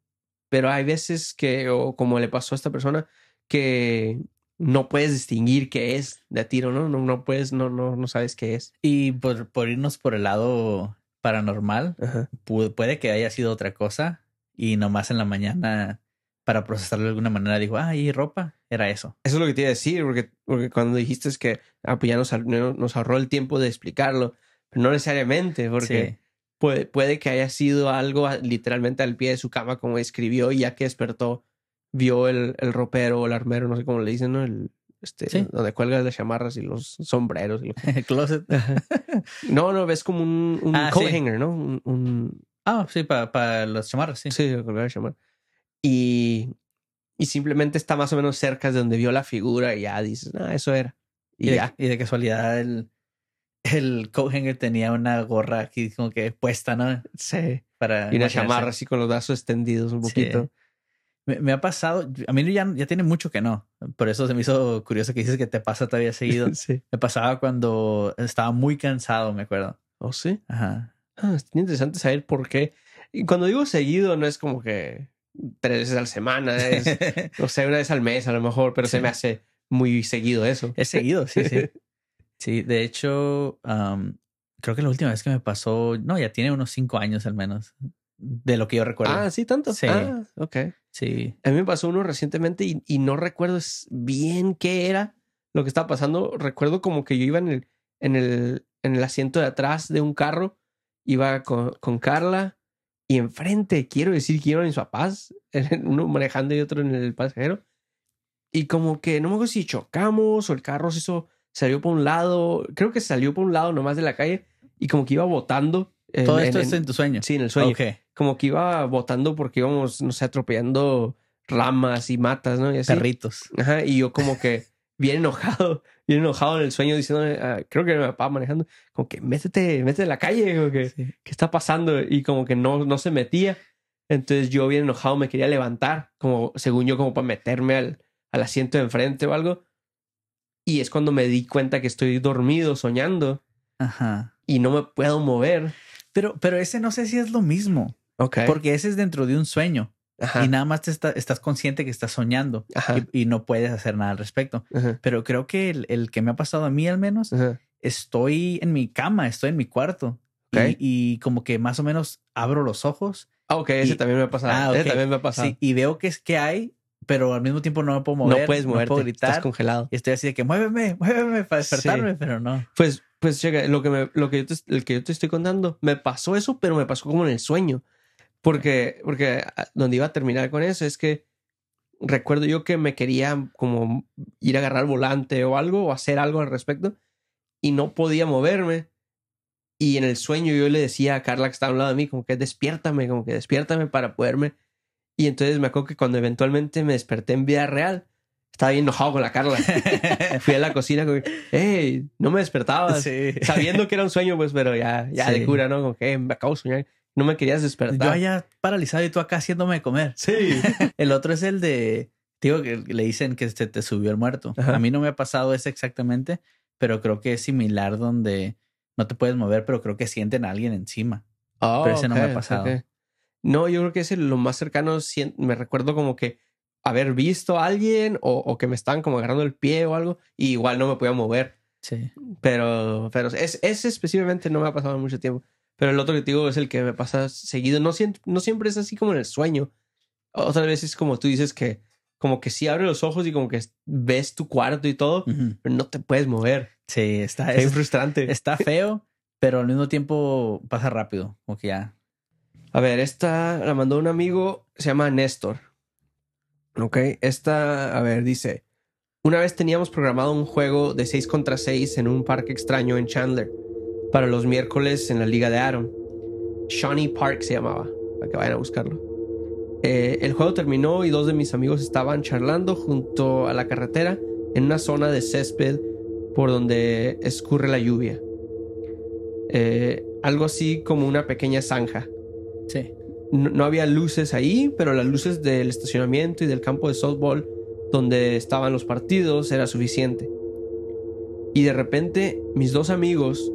[SPEAKER 1] pero hay veces que, o como le pasó a esta persona, que no puedes distinguir qué es de a tiro, ¿no? No, no puedes, no, no, no sabes qué es.
[SPEAKER 3] Y por, por irnos por el lado paranormal,
[SPEAKER 1] Ajá.
[SPEAKER 3] pu- puede que haya sido otra cosa y nomás en la mañana, para procesarlo de alguna manera, dijo, ah, y ropa, era eso.
[SPEAKER 1] Eso es lo que te iba a decir, porque, porque cuando dijiste es que ah, pues ya nos, ahor- no- nos ahorró el tiempo de explicarlo, pero no necesariamente, porque puede, puede que haya sido algo a- literalmente al pie de su cama, como escribió, y ya que despertó, vio el, el ropero o el armero, no sé cómo le dicen, ¿no? El, este,
[SPEAKER 3] Sí.
[SPEAKER 1] Donde cuelgas las chamarras y los sombreros. y lo-
[SPEAKER 3] Sí, closet.
[SPEAKER 1] No, no, ves como un, un
[SPEAKER 3] Ah,
[SPEAKER 1] coat
[SPEAKER 3] sí.
[SPEAKER 1] hanger, ¿no? Un, un-
[SPEAKER 3] Ah, sí, para los chamarras, sí.
[SPEAKER 1] sí, colgar la chamarra. Y, y simplemente está más o menos cerca de donde vio la figura y ya dices, ah, eso era.
[SPEAKER 3] Y,
[SPEAKER 1] Y ya.
[SPEAKER 3] de, y de casualidad el, el coat hanger tenía una gorra aquí como que puesta, ¿no?
[SPEAKER 1] Sí.
[SPEAKER 3] Para
[SPEAKER 1] Y una
[SPEAKER 3] imaginarse.
[SPEAKER 1] chamarra así con los brazos extendidos un
[SPEAKER 3] Sí.
[SPEAKER 1] poquito.
[SPEAKER 3] Me, me ha pasado, a mí ya, ya tiene mucho que no. Por eso se me hizo curioso que dices que te pasa todavía seguido.
[SPEAKER 1] Sí.
[SPEAKER 3] me pasaba cuando estaba muy cansado, me acuerdo.
[SPEAKER 1] ¿O Oh, sí?
[SPEAKER 3] Ajá.
[SPEAKER 1] Ah, es interesante saber por qué. Y cuando digo seguido, no es como que tres veces a la semana, es, o sea, una vez al mes a lo mejor, pero se
[SPEAKER 3] Sí.
[SPEAKER 1] me hace muy seguido eso.
[SPEAKER 3] He seguido, sí, sí. Sí, de hecho, am, creo que la última vez que me pasó, no, ya tiene unos cinco años al menos, de lo que yo recuerdo.
[SPEAKER 1] Ah, sí, tanto.
[SPEAKER 3] Sí.
[SPEAKER 1] Ah, ok.
[SPEAKER 3] sí.
[SPEAKER 1] A mí me pasó uno recientemente y, y no recuerdo es- bien qué era lo que estaba pasando. Recuerdo como que yo iba en el, en el, en el asiento de atrás de un carro, iba con, con Carla y enfrente, quiero decir que iban mis papás, uno manejando y otro en el pasajero. Y como que no me acuerdo si chocamos o el carro se hizo, salió por un lado, creo que salió por un lado nomás de la calle y como que iba botando. en-
[SPEAKER 3] Todo
[SPEAKER 1] en-
[SPEAKER 3] esto
[SPEAKER 1] en-
[SPEAKER 3] es en tu sueño.
[SPEAKER 1] Sí, en el sueño
[SPEAKER 3] Ok.
[SPEAKER 1] como que iba votando porque íbamos, no sé, atropellando ramas y matas, ¿no? Y así.
[SPEAKER 3] Perritos.
[SPEAKER 1] Ajá, y yo como que bien enojado, bien enojado en el sueño diciendo, creo que era mi papá manejando, como que métete, métete a la calle, como que,
[SPEAKER 3] Sí.
[SPEAKER 1] ¿qué está pasando? Y como que no, no se metía. Entonces yo bien enojado me quería levantar, como según yo, como para meterme al, al asiento de enfrente o algo. Y es cuando me di cuenta que estoy dormido, soñando,
[SPEAKER 3] Ajá.
[SPEAKER 1] y no me puedo mover.
[SPEAKER 3] Pero, pero ese no sé si es lo mismo,
[SPEAKER 1] Ok.
[SPEAKER 3] porque ese es dentro de un sueño
[SPEAKER 1] Ajá.
[SPEAKER 3] y nada más te está- estás consciente que estás soñando
[SPEAKER 1] Ajá.
[SPEAKER 3] y, y no puedes hacer nada al respecto.
[SPEAKER 1] Ajá.
[SPEAKER 3] Pero creo que el, el que me ha pasado a mí al menos,
[SPEAKER 1] Ajá.
[SPEAKER 3] estoy en mi cama, estoy en mi cuarto y-
[SPEAKER 1] Ok.
[SPEAKER 3] y, como que más o menos abro los ojos
[SPEAKER 1] Ah, ok, ese
[SPEAKER 3] Y-
[SPEAKER 1] también me ha pasado.
[SPEAKER 3] Ah, ok.
[SPEAKER 1] Ese también me ha pasado.
[SPEAKER 3] sí, y veo que es que hay, pero al mismo tiempo no me puedo mover.
[SPEAKER 1] no puedes moverte,
[SPEAKER 3] puedo gritar.
[SPEAKER 1] estás congelado.
[SPEAKER 3] Y estoy así de que muéveme, muéveme para
[SPEAKER 1] Sí.
[SPEAKER 3] despertarme, pero no.
[SPEAKER 1] Pues, pues, checa, lo que, me- lo que yo te, el que yo te estoy contando, me pasó eso, pero me pasó como en el sueño. Porque, porque ah, donde iba a terminar con eso es que recuerdo yo que me quería como ir a agarrar volante o algo, o hacer algo al respecto, y no podía moverme. Y en el sueño yo le decía a Carla que estaba a un lado de mí, como que despiértame, como que despiértame para poderme. Y entonces me acuerdo que cuando eventualmente me desperté en vida real, estaba bien enojado con la Carla. Fui a la cocina como, hey, no me despertabas.
[SPEAKER 3] Sí.
[SPEAKER 1] Sabiendo que era un sueyo, pues, pero ya, ya
[SPEAKER 3] Sí.
[SPEAKER 1] de cura, ¿no? Como que "Eh, me acabo de soñar. No me querías despertar.
[SPEAKER 3] Yo allá paralizado y tú acá haciéndome de comer.
[SPEAKER 1] Sí.
[SPEAKER 3] El otro es el de, digo, que le dicen que se te subió el muerto.
[SPEAKER 1] Ajá.
[SPEAKER 3] A mí no me ha pasado ese exactamente, pero creo que es similar donde no te puedes mover, pero creo que sienten a alguien encima.
[SPEAKER 1] Oh,
[SPEAKER 3] Pero ese no me ha
[SPEAKER 1] ok,
[SPEAKER 3] pasado.
[SPEAKER 1] ok. No, yo creo que ese lo más cercano sien- me recuerdo como que haber visto a alguien o, o que me estaban como agarrando el pie o algo y igual no me podía mover.
[SPEAKER 3] Sí.
[SPEAKER 1] Pero, pero es, ese específicamente no me ha pasado en mucho tiempo. Pero el otro que te digo es el que me pasa seguido. No, sien- no siempre es así como en el sueño. Otras veces, como tú dices, que como que sí abre los ojos y como que ves tu cuarto y todo,
[SPEAKER 3] Ujú.
[SPEAKER 1] pero no te puedes mover.
[SPEAKER 3] Mm. Sí, está,
[SPEAKER 1] Es
[SPEAKER 3] es-
[SPEAKER 1] frustrante.
[SPEAKER 3] está feo, pero al mismo tiempo pasa rápido. Como que ya.
[SPEAKER 1] A ver, esta la mandó un amigo, se llama Néstor. Ok, esta, a ver, dice, una vez teníamos programado un juego de 6 contra 6 en un parque extraño en Chandler para los miércoles en la liga de Aaron. Shawnee Park se llamaba, para que vayan a buscarlo. Eh, el juego terminó y dos de mis amigos estaban charlando junto a la carretera en una zona de césped por donde escurre la lluvia. Eh, algo así como una pequeña zanja
[SPEAKER 3] Sí.
[SPEAKER 1] no, no había luces ahí, pero las luces del estacionamiento y del campo de softball donde estaban los partidos era suficiente. Y de repente mis dos amigos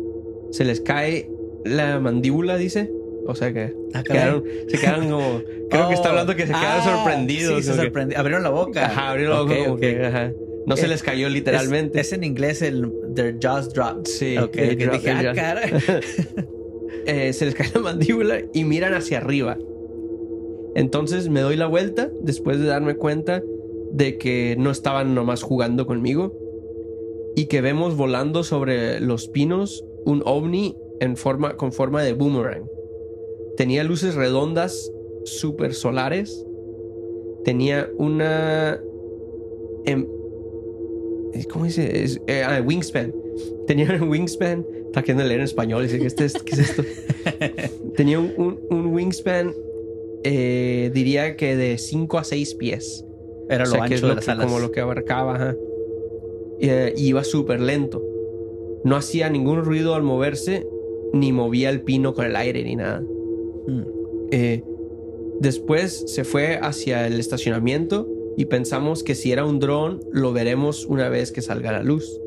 [SPEAKER 1] se les cae la mandíbula, dice. O sea que quedaron, se quedaron como... Ah, oh. Creo que está hablando que se quedaron
[SPEAKER 3] Ah,
[SPEAKER 1] sorprendidos.
[SPEAKER 3] sí, se
[SPEAKER 1] como que-
[SPEAKER 3] sorprendi- Abrieron la boca.
[SPEAKER 1] Ajá, abrieron los ojos
[SPEAKER 3] Ok,
[SPEAKER 1] como
[SPEAKER 3] ok.
[SPEAKER 1] que, ajá. No se
[SPEAKER 3] Es-
[SPEAKER 1] les cayó
[SPEAKER 3] Es-
[SPEAKER 1] literalmente.
[SPEAKER 3] Es, en inglés el their jaws dropped.
[SPEAKER 1] Sí,
[SPEAKER 3] Ok,
[SPEAKER 1] el
[SPEAKER 3] que
[SPEAKER 1] drop,
[SPEAKER 3] dije,
[SPEAKER 1] el
[SPEAKER 3] ah,
[SPEAKER 1] drop.
[SPEAKER 3] caray.
[SPEAKER 1] Eh, se les cae la mandíbula y miran hacia arriba. Entonces me doy la vuelta después de darme cuenta de que no estaban nomás jugando conmigo y que vemos volando sobre los pinos un ovni en forma, con forma de boomerang. Tenía luces redondas supersolares. Tenía una... em- ¿Cómo dice? Es- eh, ah, wingspan. Tenía un wingspan. Está queriendo leer en español. Dice, ¿qué, este es- qué es esto? Tenía un, un- un wingspan, eh, diría que de 5 a 6 pies.
[SPEAKER 3] Era
[SPEAKER 1] O
[SPEAKER 3] lo
[SPEAKER 1] sea, que es
[SPEAKER 3] ancho de
[SPEAKER 1] lo
[SPEAKER 3] las
[SPEAKER 1] que-
[SPEAKER 3] alas.
[SPEAKER 1] Como lo que abarcaba, ajá. Y, eh, y iba súper lento. No hacía ningún ruido al moverse, ni movía el pino con el aire ni nada.
[SPEAKER 3] Mm.
[SPEAKER 1] Eh, después se fue hacia el estacionamiento y pensamos que si era un dron lo veremos una vez que salga la luz.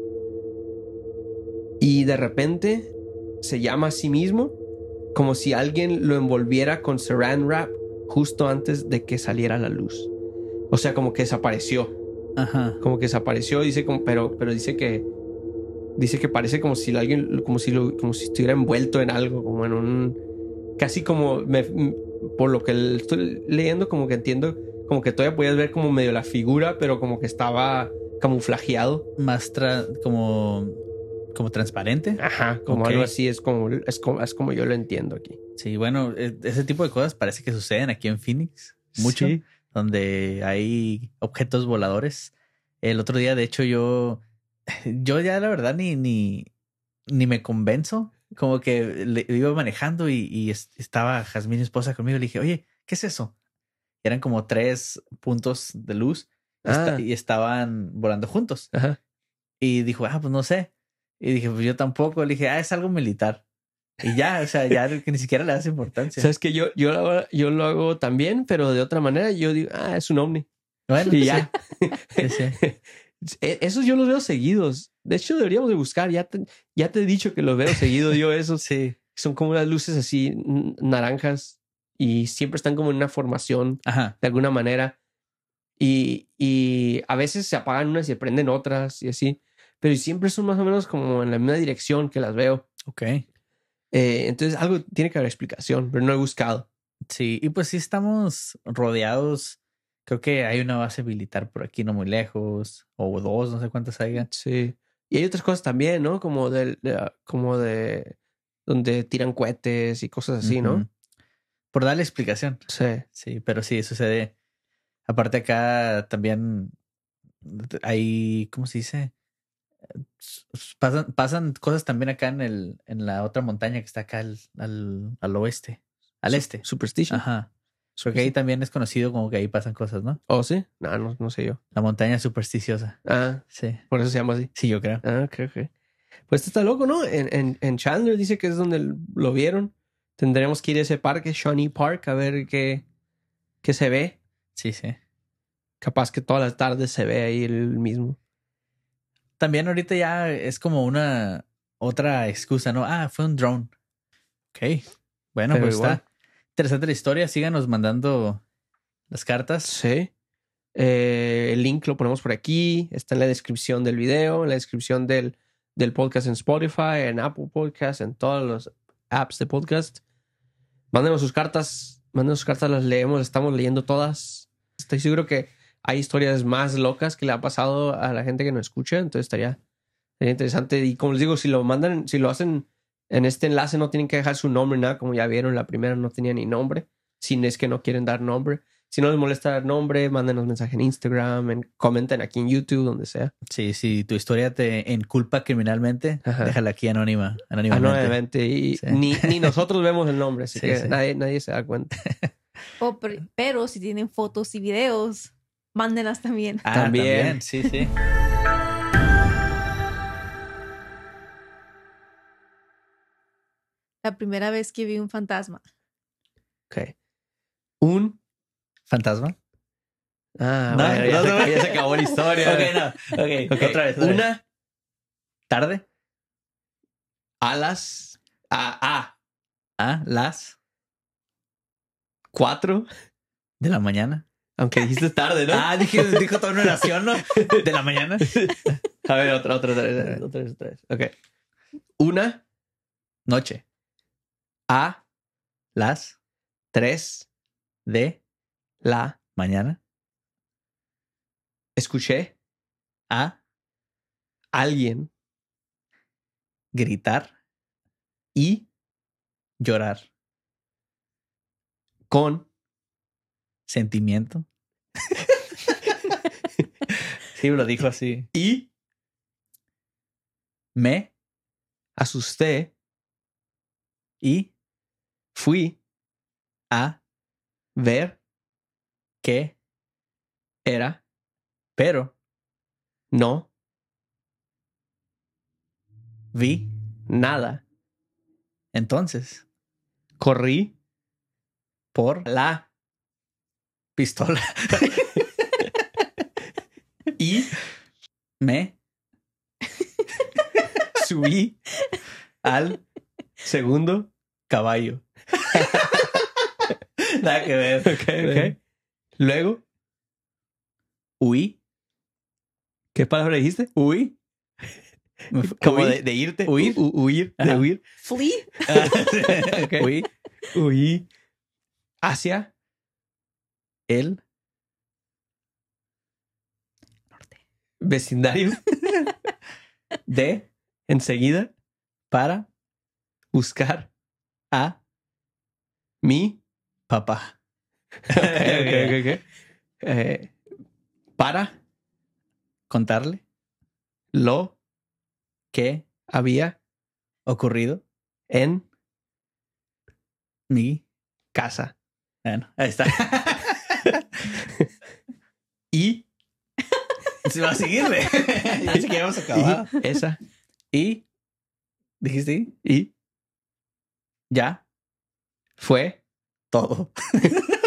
[SPEAKER 1] Y de repente se llama a sí mismo como si alguien lo envolviera con saran wrap justo antes de que saliera la luz. O sea, como que desapareció
[SPEAKER 3] Ajá.
[SPEAKER 1] como que desapareció dice como pero pero dice que dice que parece como si alguien como si lo- como si estuviera envuelto en algo como en un casi como me- m- por lo que l- estoy leyendo como que entiendo como que todavía podías ver como medio la figura pero como que estaba camuflajeado
[SPEAKER 3] Más tra- como, como transparente.
[SPEAKER 1] ajá como
[SPEAKER 3] Ok.
[SPEAKER 1] algo así es como es como es como yo lo entiendo aquí
[SPEAKER 3] Sí, bueno, e- ese tipo de cosas parece que suceden aquí en Phoenix. Mucho.
[SPEAKER 1] Sí.
[SPEAKER 3] donde hay objetos voladores. El otro día, de hecho, yo, yo ya la verdad ni, ni, ni me convenzo. Como que le, iba manejando y, y es- estaba Jazmín, mi esposa, conmigo. Le dije, oye, ¿qué es eso? Y eran como tres puntos de luz y esta-
[SPEAKER 1] Ah.
[SPEAKER 3] y estaban volando juntos.
[SPEAKER 1] ajá
[SPEAKER 3] Y dijo, ah, pues no sé. Y dije, pues yo tampoco. Le dije, ah, es algo militar. Y ya, o sea, ya que ni siquiera le das importancia.
[SPEAKER 1] sabes que yo yo lo, hago- yo lo hago también pero de otra manera yo digo ah es un ovni
[SPEAKER 3] Bueno, pues
[SPEAKER 1] y ya
[SPEAKER 3] sí, sí, sí.
[SPEAKER 1] E- Esos yo los veo seguidos. De hecho, deberíamos de buscar. Ya te, ya te he dicho que los veo seguido yo esos.
[SPEAKER 3] Sí.
[SPEAKER 1] Son como unas luces así n- naranjas y siempre están como en una formación
[SPEAKER 3] Ajá.
[SPEAKER 1] de alguna manera. Y, y a veces se apagan unas y se prenden otras y así. Pero siempre son más o menos como en la misma dirección que las veo.
[SPEAKER 3] Ok.
[SPEAKER 1] Eh, entonces algo tiene que haber explicación, pero no he buscado.
[SPEAKER 3] Sí, y pues sí estamos rodeados. Creo que hay una base militar por aquí, no muy lejos, o dos, no sé cuántas haya.
[SPEAKER 1] Sí. Y hay otras cosas también, ¿no? Como del- de, como de donde tiran cohetes y cosas así,
[SPEAKER 3] Ujú.
[SPEAKER 1] ¿no?
[SPEAKER 3] Por darle explicación.
[SPEAKER 1] Sí.
[SPEAKER 3] Sí, pero sí, sucede. Aparte acá también hay, ¿cómo se dice? S- s- Pasan, pasan cosas también acá en, el, en la otra montaña que está acá al, al, al oeste, al
[SPEAKER 1] Su-
[SPEAKER 3] este.
[SPEAKER 1] Superstition.
[SPEAKER 3] Ajá. Porque ahí también es conocido como que ahí pasan cosas, ¿no?
[SPEAKER 1] ¿Oh, sí? No, no, no sé yo.
[SPEAKER 3] La montaña supersticiosa.
[SPEAKER 1] Ah,
[SPEAKER 3] Sí,
[SPEAKER 1] por eso se llama así.
[SPEAKER 3] sí, yo creo.
[SPEAKER 1] Ah, creo que. Pues esto está loco, ¿no? En, en, en Chandler dice que es donde lo vieron. Tendremos que ir a ese parque, Shawnee Park, a ver qué, qué se ve.
[SPEAKER 3] Sí, sí.
[SPEAKER 1] Capaz que todas las tardes se ve ahí el mismo.
[SPEAKER 3] También ahorita ya es como una otra excusa, ¿no? Ah, fue un drone. Ok. Bueno,
[SPEAKER 1] Pero
[SPEAKER 3] pues
[SPEAKER 1] igual.
[SPEAKER 3] está. Interesante la historia. Síganos mandando las cartas.
[SPEAKER 1] Sí. Eh, el link lo ponemos por aquí. Está en la descripción del video, en la descripción del, del podcast en Spotify, en Apple Podcast, en todas las apps de podcast. Mándenos sus cartas, mándenos sus cartas, las leemos, estamos leyendo todas. Estoy seguro que hay historias más locas que le ha pasado a la gente que nos escucha, entonces estaría, estaría interesante. Y como les digo, si lo mandan, si lo hacen en este enlace, no tienen que dejar su nombre, nada, como ya vieron, la primera no tenía ni nombre, si es que no quieren dar nombre. Si no les molesta dar nombre, mándenos mensaje en Instagram, en- comenten aquí en YouTube, donde sea.
[SPEAKER 3] Sí, si tu historia te inculpa criminalmente,
[SPEAKER 1] Ajá.
[SPEAKER 3] déjala aquí anónima, anónimamente.
[SPEAKER 1] Anónimamente. Ah, Y
[SPEAKER 3] Sí.
[SPEAKER 1] ni, ni nosotros vemos el nombre, así
[SPEAKER 3] Sí,
[SPEAKER 1] que
[SPEAKER 3] sí.
[SPEAKER 1] Nadie, nadie se da cuenta.
[SPEAKER 2] O per- pero si tienen fotos y videos, mándenlas también.
[SPEAKER 3] Ah,
[SPEAKER 1] También.
[SPEAKER 3] también. Sí, sí.
[SPEAKER 2] La primera vez que vi un fantasma.
[SPEAKER 1] Ok. Un.
[SPEAKER 3] ¿Fantasma?
[SPEAKER 1] Ah,
[SPEAKER 3] No,
[SPEAKER 1] bueno, ya,
[SPEAKER 3] no,
[SPEAKER 1] se,
[SPEAKER 3] no.
[SPEAKER 1] ya se acabó la historia.
[SPEAKER 3] Ok, no. Ok,
[SPEAKER 1] Ok,
[SPEAKER 3] otra vez. otra vez.
[SPEAKER 1] Una,
[SPEAKER 3] tarde.
[SPEAKER 1] alas. Ah, ah,
[SPEAKER 3] Ah, las
[SPEAKER 1] cuatro.
[SPEAKER 3] de la mañana.
[SPEAKER 1] Aunque dijiste tarde, ¿no?
[SPEAKER 3] Ah, dije, dijo toda una oración, ¿no? De la mañana.
[SPEAKER 1] A ver, otra, otra, otra, vez, otra, vez, otra vez. Ok. Una,
[SPEAKER 3] Noche.
[SPEAKER 1] a,
[SPEAKER 3] Las
[SPEAKER 1] tres,
[SPEAKER 3] de
[SPEAKER 1] la,
[SPEAKER 3] mañana.
[SPEAKER 1] escuché,
[SPEAKER 3] A
[SPEAKER 1] alguien
[SPEAKER 3] gritar.
[SPEAKER 1] y
[SPEAKER 3] Llorar.
[SPEAKER 1] con.
[SPEAKER 3] Sentimiento. sí, lo dijo así.
[SPEAKER 1] Y
[SPEAKER 3] Me
[SPEAKER 1] asusté,
[SPEAKER 3] y
[SPEAKER 1] fui,
[SPEAKER 3] a
[SPEAKER 1] ver,
[SPEAKER 3] que,
[SPEAKER 1] era,
[SPEAKER 3] pero
[SPEAKER 1] no,
[SPEAKER 3] vi.
[SPEAKER 1] nada.
[SPEAKER 3] Entonces,
[SPEAKER 1] Corrí
[SPEAKER 3] por
[SPEAKER 1] la
[SPEAKER 3] pistola.
[SPEAKER 1] y
[SPEAKER 3] Me
[SPEAKER 1] subí
[SPEAKER 3] al
[SPEAKER 1] segundo.
[SPEAKER 3] caballo. Nada que ver.
[SPEAKER 1] ok. Luego,
[SPEAKER 3] Huí.
[SPEAKER 1] ¿qué palabra dijiste?
[SPEAKER 3] Huí. Me fu-
[SPEAKER 1] Como
[SPEAKER 3] huí.
[SPEAKER 1] de, de irte.
[SPEAKER 3] Huir.
[SPEAKER 1] Hu- hu- huir. De
[SPEAKER 3] Ajá.
[SPEAKER 1] huir.
[SPEAKER 2] Flee.
[SPEAKER 1] Ok.
[SPEAKER 3] Huí.
[SPEAKER 1] Huí hacia
[SPEAKER 3] El
[SPEAKER 1] vecindario.
[SPEAKER 3] de
[SPEAKER 1] Enseguida,
[SPEAKER 3] para
[SPEAKER 1] buscar
[SPEAKER 3] a
[SPEAKER 1] mi.
[SPEAKER 3] papá.
[SPEAKER 1] ok, ok. Eh, para
[SPEAKER 3] Contarle
[SPEAKER 1] lo
[SPEAKER 3] qué
[SPEAKER 1] había
[SPEAKER 3] ocurrido
[SPEAKER 1] en
[SPEAKER 3] mi.
[SPEAKER 1] casa.
[SPEAKER 3] Bueno, ahí está.
[SPEAKER 1] Y,
[SPEAKER 3] Se va a seguirle. Ya se que hemos acabado.
[SPEAKER 1] y esa.
[SPEAKER 3] Y dijiste y?
[SPEAKER 1] Y
[SPEAKER 3] ya
[SPEAKER 1] fue.
[SPEAKER 3] todo.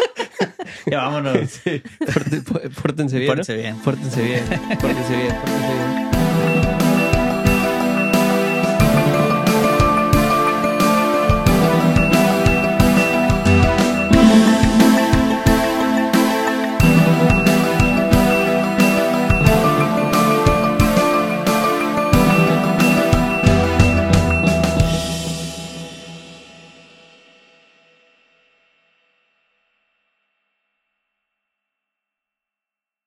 [SPEAKER 3] ya vámonos.
[SPEAKER 1] Pórten- pórtense bien. ¿eh? ¿no?
[SPEAKER 3] Pórtense bien.
[SPEAKER 1] Pórtense bien, pórtense bien, pórtense bien.